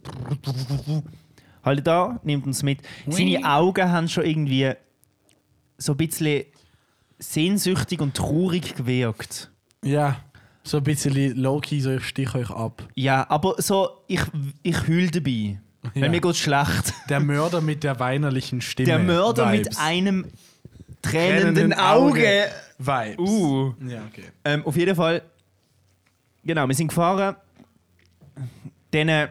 S2: halt da, nimmt uns mit. Seine Augen haben schon irgendwie so ein bisschen sehnsüchtig und traurig gewirkt.
S1: Ja. So ein bisschen low-key, so ich stich euch ab.
S2: Ja, aber so, ich, ich heule dabei,
S1: Ja.
S2: weil mir geht's schlecht.
S1: Der Mörder mit der weinerlichen Stimme.
S2: Der Mörder
S1: Vibes.
S2: mit einem
S1: Tränenden
S2: tränenden
S1: Auge.
S2: Auge.
S1: Vibes.
S2: Uh.
S1: Ja, okay.
S2: Ähm, auf jeden Fall, genau, wir sind gefahren. Dann äh,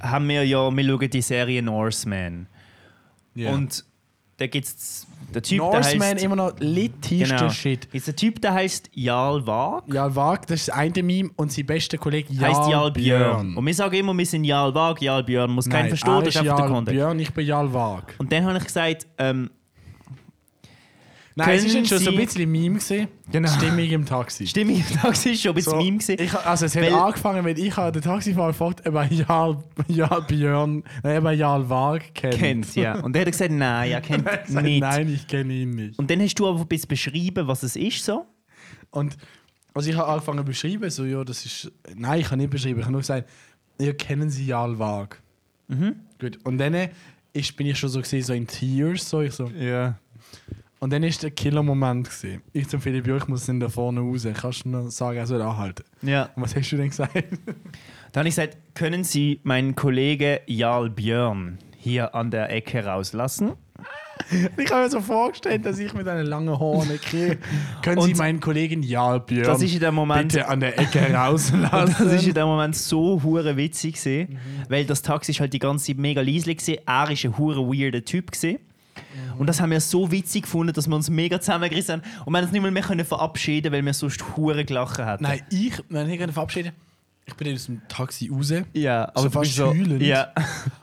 S2: haben wir ja, wir schauen die Serie Norseman.
S1: Ja.
S2: Und da gibt es Der Typ, der
S1: Norseman
S2: heißt.
S1: immer noch littester
S2: Genau.
S1: Shit.
S2: Ist ein Typ, der heißt Jarl Wag.
S1: Jarl Wag, das ist das eine Meme und sein bester Kollege Jarl,
S2: heißt Jarl Björn.
S1: Björn.
S2: Und wir sagen immer, wir sind Jarl Wag, Jarl Björn. Muss kein
S1: Nein,
S2: verstehen,
S1: er
S2: das ist einfach der
S1: Jarl
S2: Kontext.
S1: Björn, ich bin Jarl Wag.
S2: Und dann habe ich gesagt, ähm,
S1: Nein, es ist
S2: Können
S1: jetzt schon so ein
S2: Sie-
S1: bisschen Meme gesehen.
S2: Genau.
S1: Stimmig im Taxi.
S2: Stimme ich, das ist schon ein bisschen
S1: So,
S2: Meme gewesen.
S1: Ich, also es hat
S2: Weil-
S1: angefangen, wenn ich den Taxifahrer gefragt habe, ob er Jarl, Jarl Björn, nein, ob er Jarl Wag kennt.
S2: kennt, ja. Und er hat gesagt, nein, er kennt
S1: Er hat gesagt,
S2: nicht.
S1: Nein, ich kenne ihn nicht.
S2: Und dann hast du aber ein bisschen beschrieben, was es ist so.
S1: Und also ich habe angefangen zu beschreiben, so ja, das ist. Nein, ich habe nicht beschrieben. Ich habe nur gesagt, ja, kennen Sie Jarl Wag?
S2: Mhm.
S1: Gut. Und dann ich, bin ich schon so gesehen, so in Tears, so ich so.
S2: Ja.
S1: Und dann ist der Killer-Moment gesehen. Ich zum Philipp, ja, ich muss dann da vorne raus. Kannst du noch sagen, er soll anhalten?
S2: Ja.
S1: Und was hast du denn gesagt?
S2: Dann habe ich gesagt, können Sie meinen Kollegen Jarl Björn hier an der Ecke rauslassen?
S1: Ich habe mir so vorgestellt, dass ich mit einer langen Horne kriege. Können Sie
S2: Und-
S1: meinen Kollegen Jarl Björn
S2: Das ist in dem Moment,
S1: bitte an der Ecke rauslassen?
S2: das ist in dem Moment so hure witzig
S1: Mhm.
S2: gewesen, weil das Taxi ist halt die ganze Zeit mega leise gewesen. Er ist ein hure weirder Typ gewesen.
S1: Mhm.
S2: Und das haben wir so witzig gefunden, dass wir uns mega zusammengerissen haben und wir haben uns nicht mal mehr können verabschieden, weil wir sonst hure gelachen hatten.
S1: Nein, ich, wenn ich mich verabschieden ich bin dann aus dem Taxi raus.
S2: Ja, aber
S1: so
S2: du
S1: fast
S2: bist so,
S1: heulend.
S2: Ja.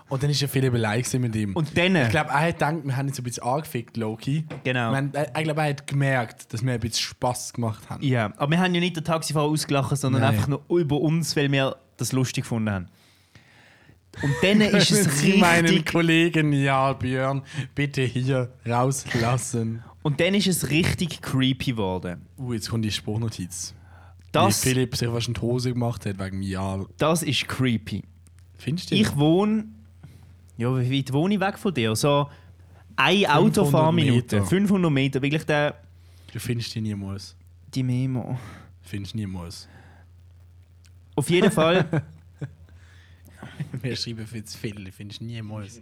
S1: Und dann ist ja Philipp allein gewesen mit ihm.
S2: Und dann,
S1: ich glaube, er hat gedacht, wir haben ihn so ein bisschen angefickt, Loki.
S2: Genau.
S1: Wir haben- er- Ich glaube, er hat gemerkt, dass wir ein bisschen Spass gemacht haben.
S2: ja, aber wir haben ja nicht den Taxifahrer ausgelacht, sondern
S1: Nein.
S2: einfach nur über uns, weil wir das lustig gefunden haben. Und dann ist es
S1: Sie meinen
S2: richtig,
S1: Kollegen, ja, Björn, bitte hier rauslassen.
S2: und dann ist es richtig creepy geworden.
S1: Uh, jetzt kommt die Spruchnotiz.
S2: Das,
S1: Wie Philipp sich was in die Hose gemacht hat wegen Jarl.
S2: das ist creepy.
S1: Findest du
S2: Ich wohne, ja, wie weit wohne ich weg von dir? So ein Autofahrminute,
S1: Meter.
S2: 500 Meter, wirklich der,
S1: Du findest ihn niemals.
S2: die Memo.
S1: Findest niemals.
S2: Auf jeden Fall.
S1: Wir schreiben viel zu viel, findest niemals.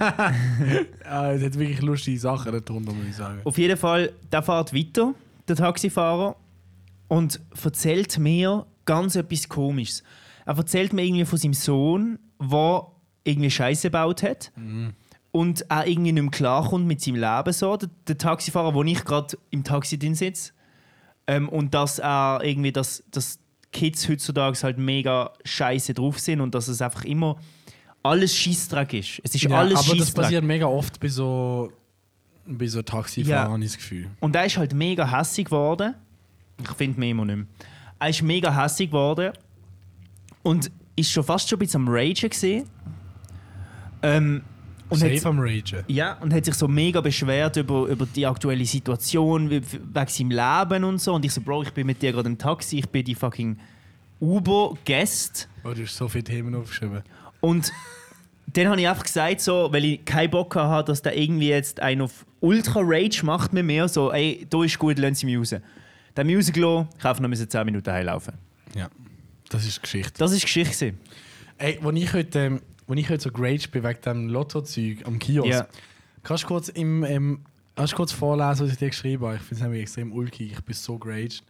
S1: ah, es hat wirklich lustige Sachen darunter, muss ich sagen.
S2: Auf jeden Fall, der fährt weiter, der Taxifahrer, und erzählt mir ganz etwas Komisches. Er erzählt mir irgendwie von seinem Sohn, der irgendwie Scheiße gebaut hat und er irgendwie nicht mehr klarkommt mit seinem Leben. So. Der, der Taxifahrer, wo ich gerade im Taxi drin sitze. Ähm, und dass er irgendwie, dass, dass Kids heutzutage halt mega scheiße drauf sind und dass es einfach immer alles Schießtrag ist. Es ist
S1: Ja,
S2: alles
S1: aber das
S2: Schießtrag.
S1: passiert mega oft bei so, bei so Taxifahrern, habe ich das Gefühl.
S2: Und er ist halt mega hässig geworden. Ich finde mich immer nicht mehr. Er ist mega hässig geworden und ist schon fast schon ein bisschen am Ragen gesehen. Ähm, und hat,
S1: Safe am Ragen.
S2: ja, und hat sich so mega beschwert über, über die aktuelle Situation, we- wegen seinem Leben und so. Und ich so, Bro, ich bin mit dir gerade im Taxi, ich bin die fucking Uber-Guest.
S1: Oh, du hast so viele Themen aufgeschrieben.
S2: Und dann habe ich einfach gesagt, so, weil ich keinen Bock hatte, dass da irgendwie jetzt einen auf Ultra Rage macht mit mir, so, ey, da ist gut, lassen Sie mich raus. Dann Music Law, ich habe noch müssen 10 Minuten heimlaufen.
S1: Ja, das ist Geschichte.
S2: Das war Geschichte. gewesen.
S1: Ey, als ich heute, ähm, als ich heute so geraged bin wegen dem Lotto-Zeug am Kiosk,
S2: Ja.
S1: kannst du kurz, im, ähm, kannst du kurz vorlesen, was ich dir geschrieben habe? Ich finde es nämlich extrem ulkig, ich bin so geraged.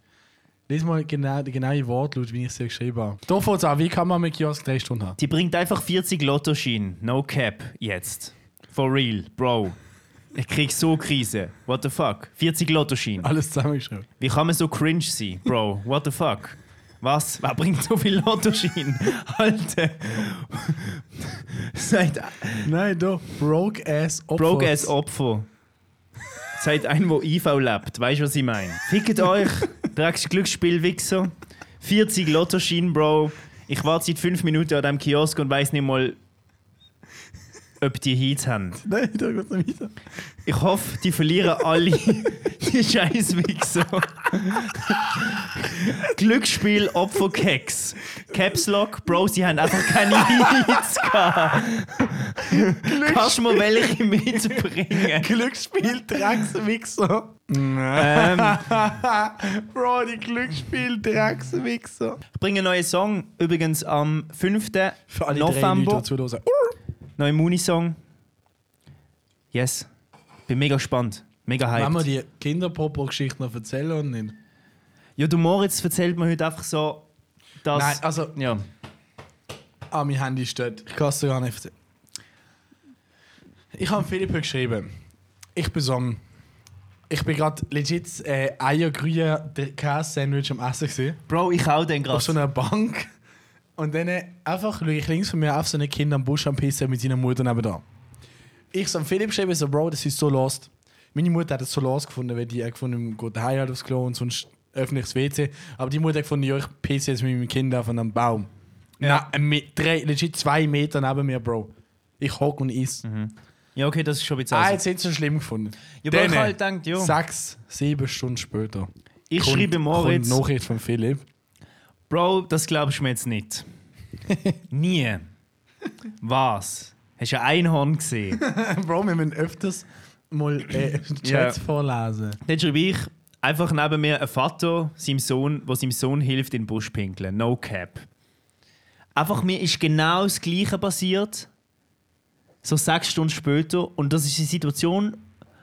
S1: Lies mal genau, die genaue Wortlaut, wie ich es dir geschrieben habe. Da fängt an, wie kann man mit Kiosk drei Stunden haben?
S2: Die bringt einfach 40 Lottoscheine, no cap, jetzt. For real, Bro. Ich krieg so Krise. What the fuck? 40 Lottoscheine.
S1: Alles zusammengeschrieben.
S2: Wie kann man so cringe sein, Bro? What the fuck? Was? Wer bringt so viel Lottoscheine? Alter. Seid
S1: Nein, da, broke ass Opfer.
S2: Broke as Opfer. Seid ein, wo IV lebt. Weißt du, was ich meine? Fickt euch. Dreckst Glücksspiel, Wichser. 40 Lottoschein, Bro. Ich warte seit 5 Minuten an diesem Kiosk und weiß nicht mal, ob die Hits haben.
S1: Nein, da geht's nicht weiter.
S2: Ich hoffe, die verlieren alle die scheiß Wichser. Glücksspiel, Opfer, Keks. Caps Lock, Bro, sie haben einfach keine Hits gehabt. Kannst du mir welche mitbringen?
S1: Glücksspiel, Dreckswichser.
S2: Äh, Ähm.
S1: Bro, die Glücksspiel, Dreckswichser.
S2: Ich bringe einen neuen Song, übrigens am 5.
S1: Für alle drei Leute
S2: November.
S1: dazu hören.
S2: Neuer Muni-Song. Yes. Bin mega gespannt. Mega
S1: Wenn wir
S2: hyped.
S1: die Kinderpopo-Geschichte noch erzählen und nicht.
S2: Ja, du Moritz erzählt mir heute einfach so, dass...
S1: Nein, also,
S2: ja.
S1: ah, mein Handy steht. Ich kann es dir gar nicht erzählen. Ich habe Philipp heute geschrieben. ich bin so am. Ich bin gerade legit äh, Eiergrühe Käse-Sandwich am Essen gesehen.
S2: Bro, ich auch den gerade.
S1: Auf so einer Bank. Und dann äh, einfach schaue ich links von mir auf so ein Kind am Busch am Pissen mit seiner Mutter nebenan. Ich so am Philipp schreibe so, Bro, das ist so lost. Meine Mutter hat es so lost gefunden, weil die hat gefunden, geht heim halt aufs Klo und sonst öffentliches WC. Aber die Mutter hat gefunden, ja, ich pisse jetzt mit meinem Kind auf einem Baum.
S2: Ja.
S1: Na, mit drei, legit zwei Meter neben mir, Bro. Ich hock und is.
S2: Mhm. Ja, okay, das ist schon ein bisschen.
S1: Ah, jetzt sind sie schlimm gefunden.
S2: Ja, aber ich
S1: Dann,
S2: halt gedacht, ja.
S1: Sechs, sieben Stunden später.
S2: ich
S1: kommt-
S2: schreibe Moritz.
S1: Kommt Nachricht von Philipp.
S2: Bro, das glaubst du mir jetzt nicht. Nie. Was? Hast du ein Einhorn gesehen?
S1: Bro, wir müssen öfters mal äh, Chats
S2: Ja.
S1: vorlesen.
S2: Dann schreibe ich einfach neben mir ein Vater, seinem Sohn, wo seinem Sohn hilft, in den Busch pinkeln. No cap. Einfach mir ist genau das Gleiche passiert. So sechs Stunden später. Und das ist eine Situation,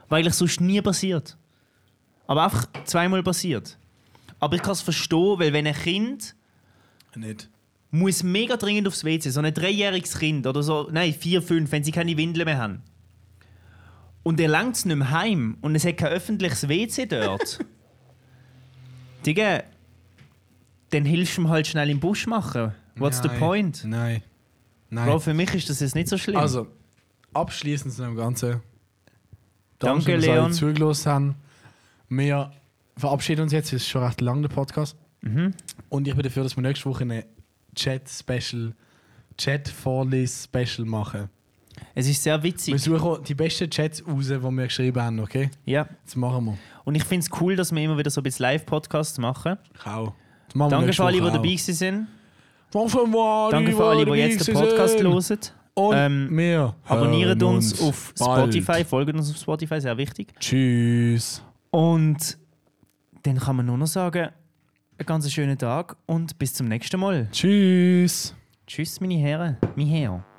S2: weil eigentlich sonst nie passiert. Aber einfach zweimal passiert. Aber ich kann es verstehen, weil wenn ein Kind
S1: Nicht.
S2: muss mega dringend aufs WC. So ein dreijähriges Kind oder so, nein, vier, fünf, wenn sie keine Windeln mehr haben. Und er langt es nicht mehr heim und es hat kein öffentliches WC dort. Digga, dann hilfst du ihm halt schnell im Busch machen. What's the
S1: Nein.
S2: point?
S1: Nein. Nein.
S2: Bro, für mich ist das jetzt nicht so schlimm.
S1: Also, abschließend zu dem Ganzen.
S2: Danke,
S1: dass
S2: Leon.
S1: alle zugelassen haben. Wir verabschieden uns jetzt, es ist schon recht lang, der Podcast.
S2: Mhm.
S1: Und ich bin dafür, dass wir nächste Woche eine Chat-Special, Chat-Vorlese-Special machen.
S2: es ist sehr
S1: Wir
S2: witzig.
S1: suchen die besten Chats raus, die wir geschrieben haben, okay?
S2: Ja.
S1: Das machen wir.
S2: Und ich finde es cool, dass wir immer wieder so ein bisschen Live-Podcasts machen.
S1: Ciao. Das machen wir
S2: Danke
S1: nächste
S2: für alle, die
S1: Woche
S2: dabei
S1: auch.
S2: gewesen sind.
S1: Danke
S2: Danke für alle, die jetzt den Podcast
S1: hören.
S2: hören.
S1: Und
S2: Ähm,
S1: wir
S2: Abonniert
S1: hören
S2: uns auf
S1: bald.
S2: Spotify, folgt uns auf Spotify, sehr wichtig.
S1: Tschüss.
S2: Und dann kann man nur noch sagen, einen ganz schönen Tag und bis zum nächsten Mal.
S1: Tschüss.
S2: Tschüss, meine Herren, mein Herr.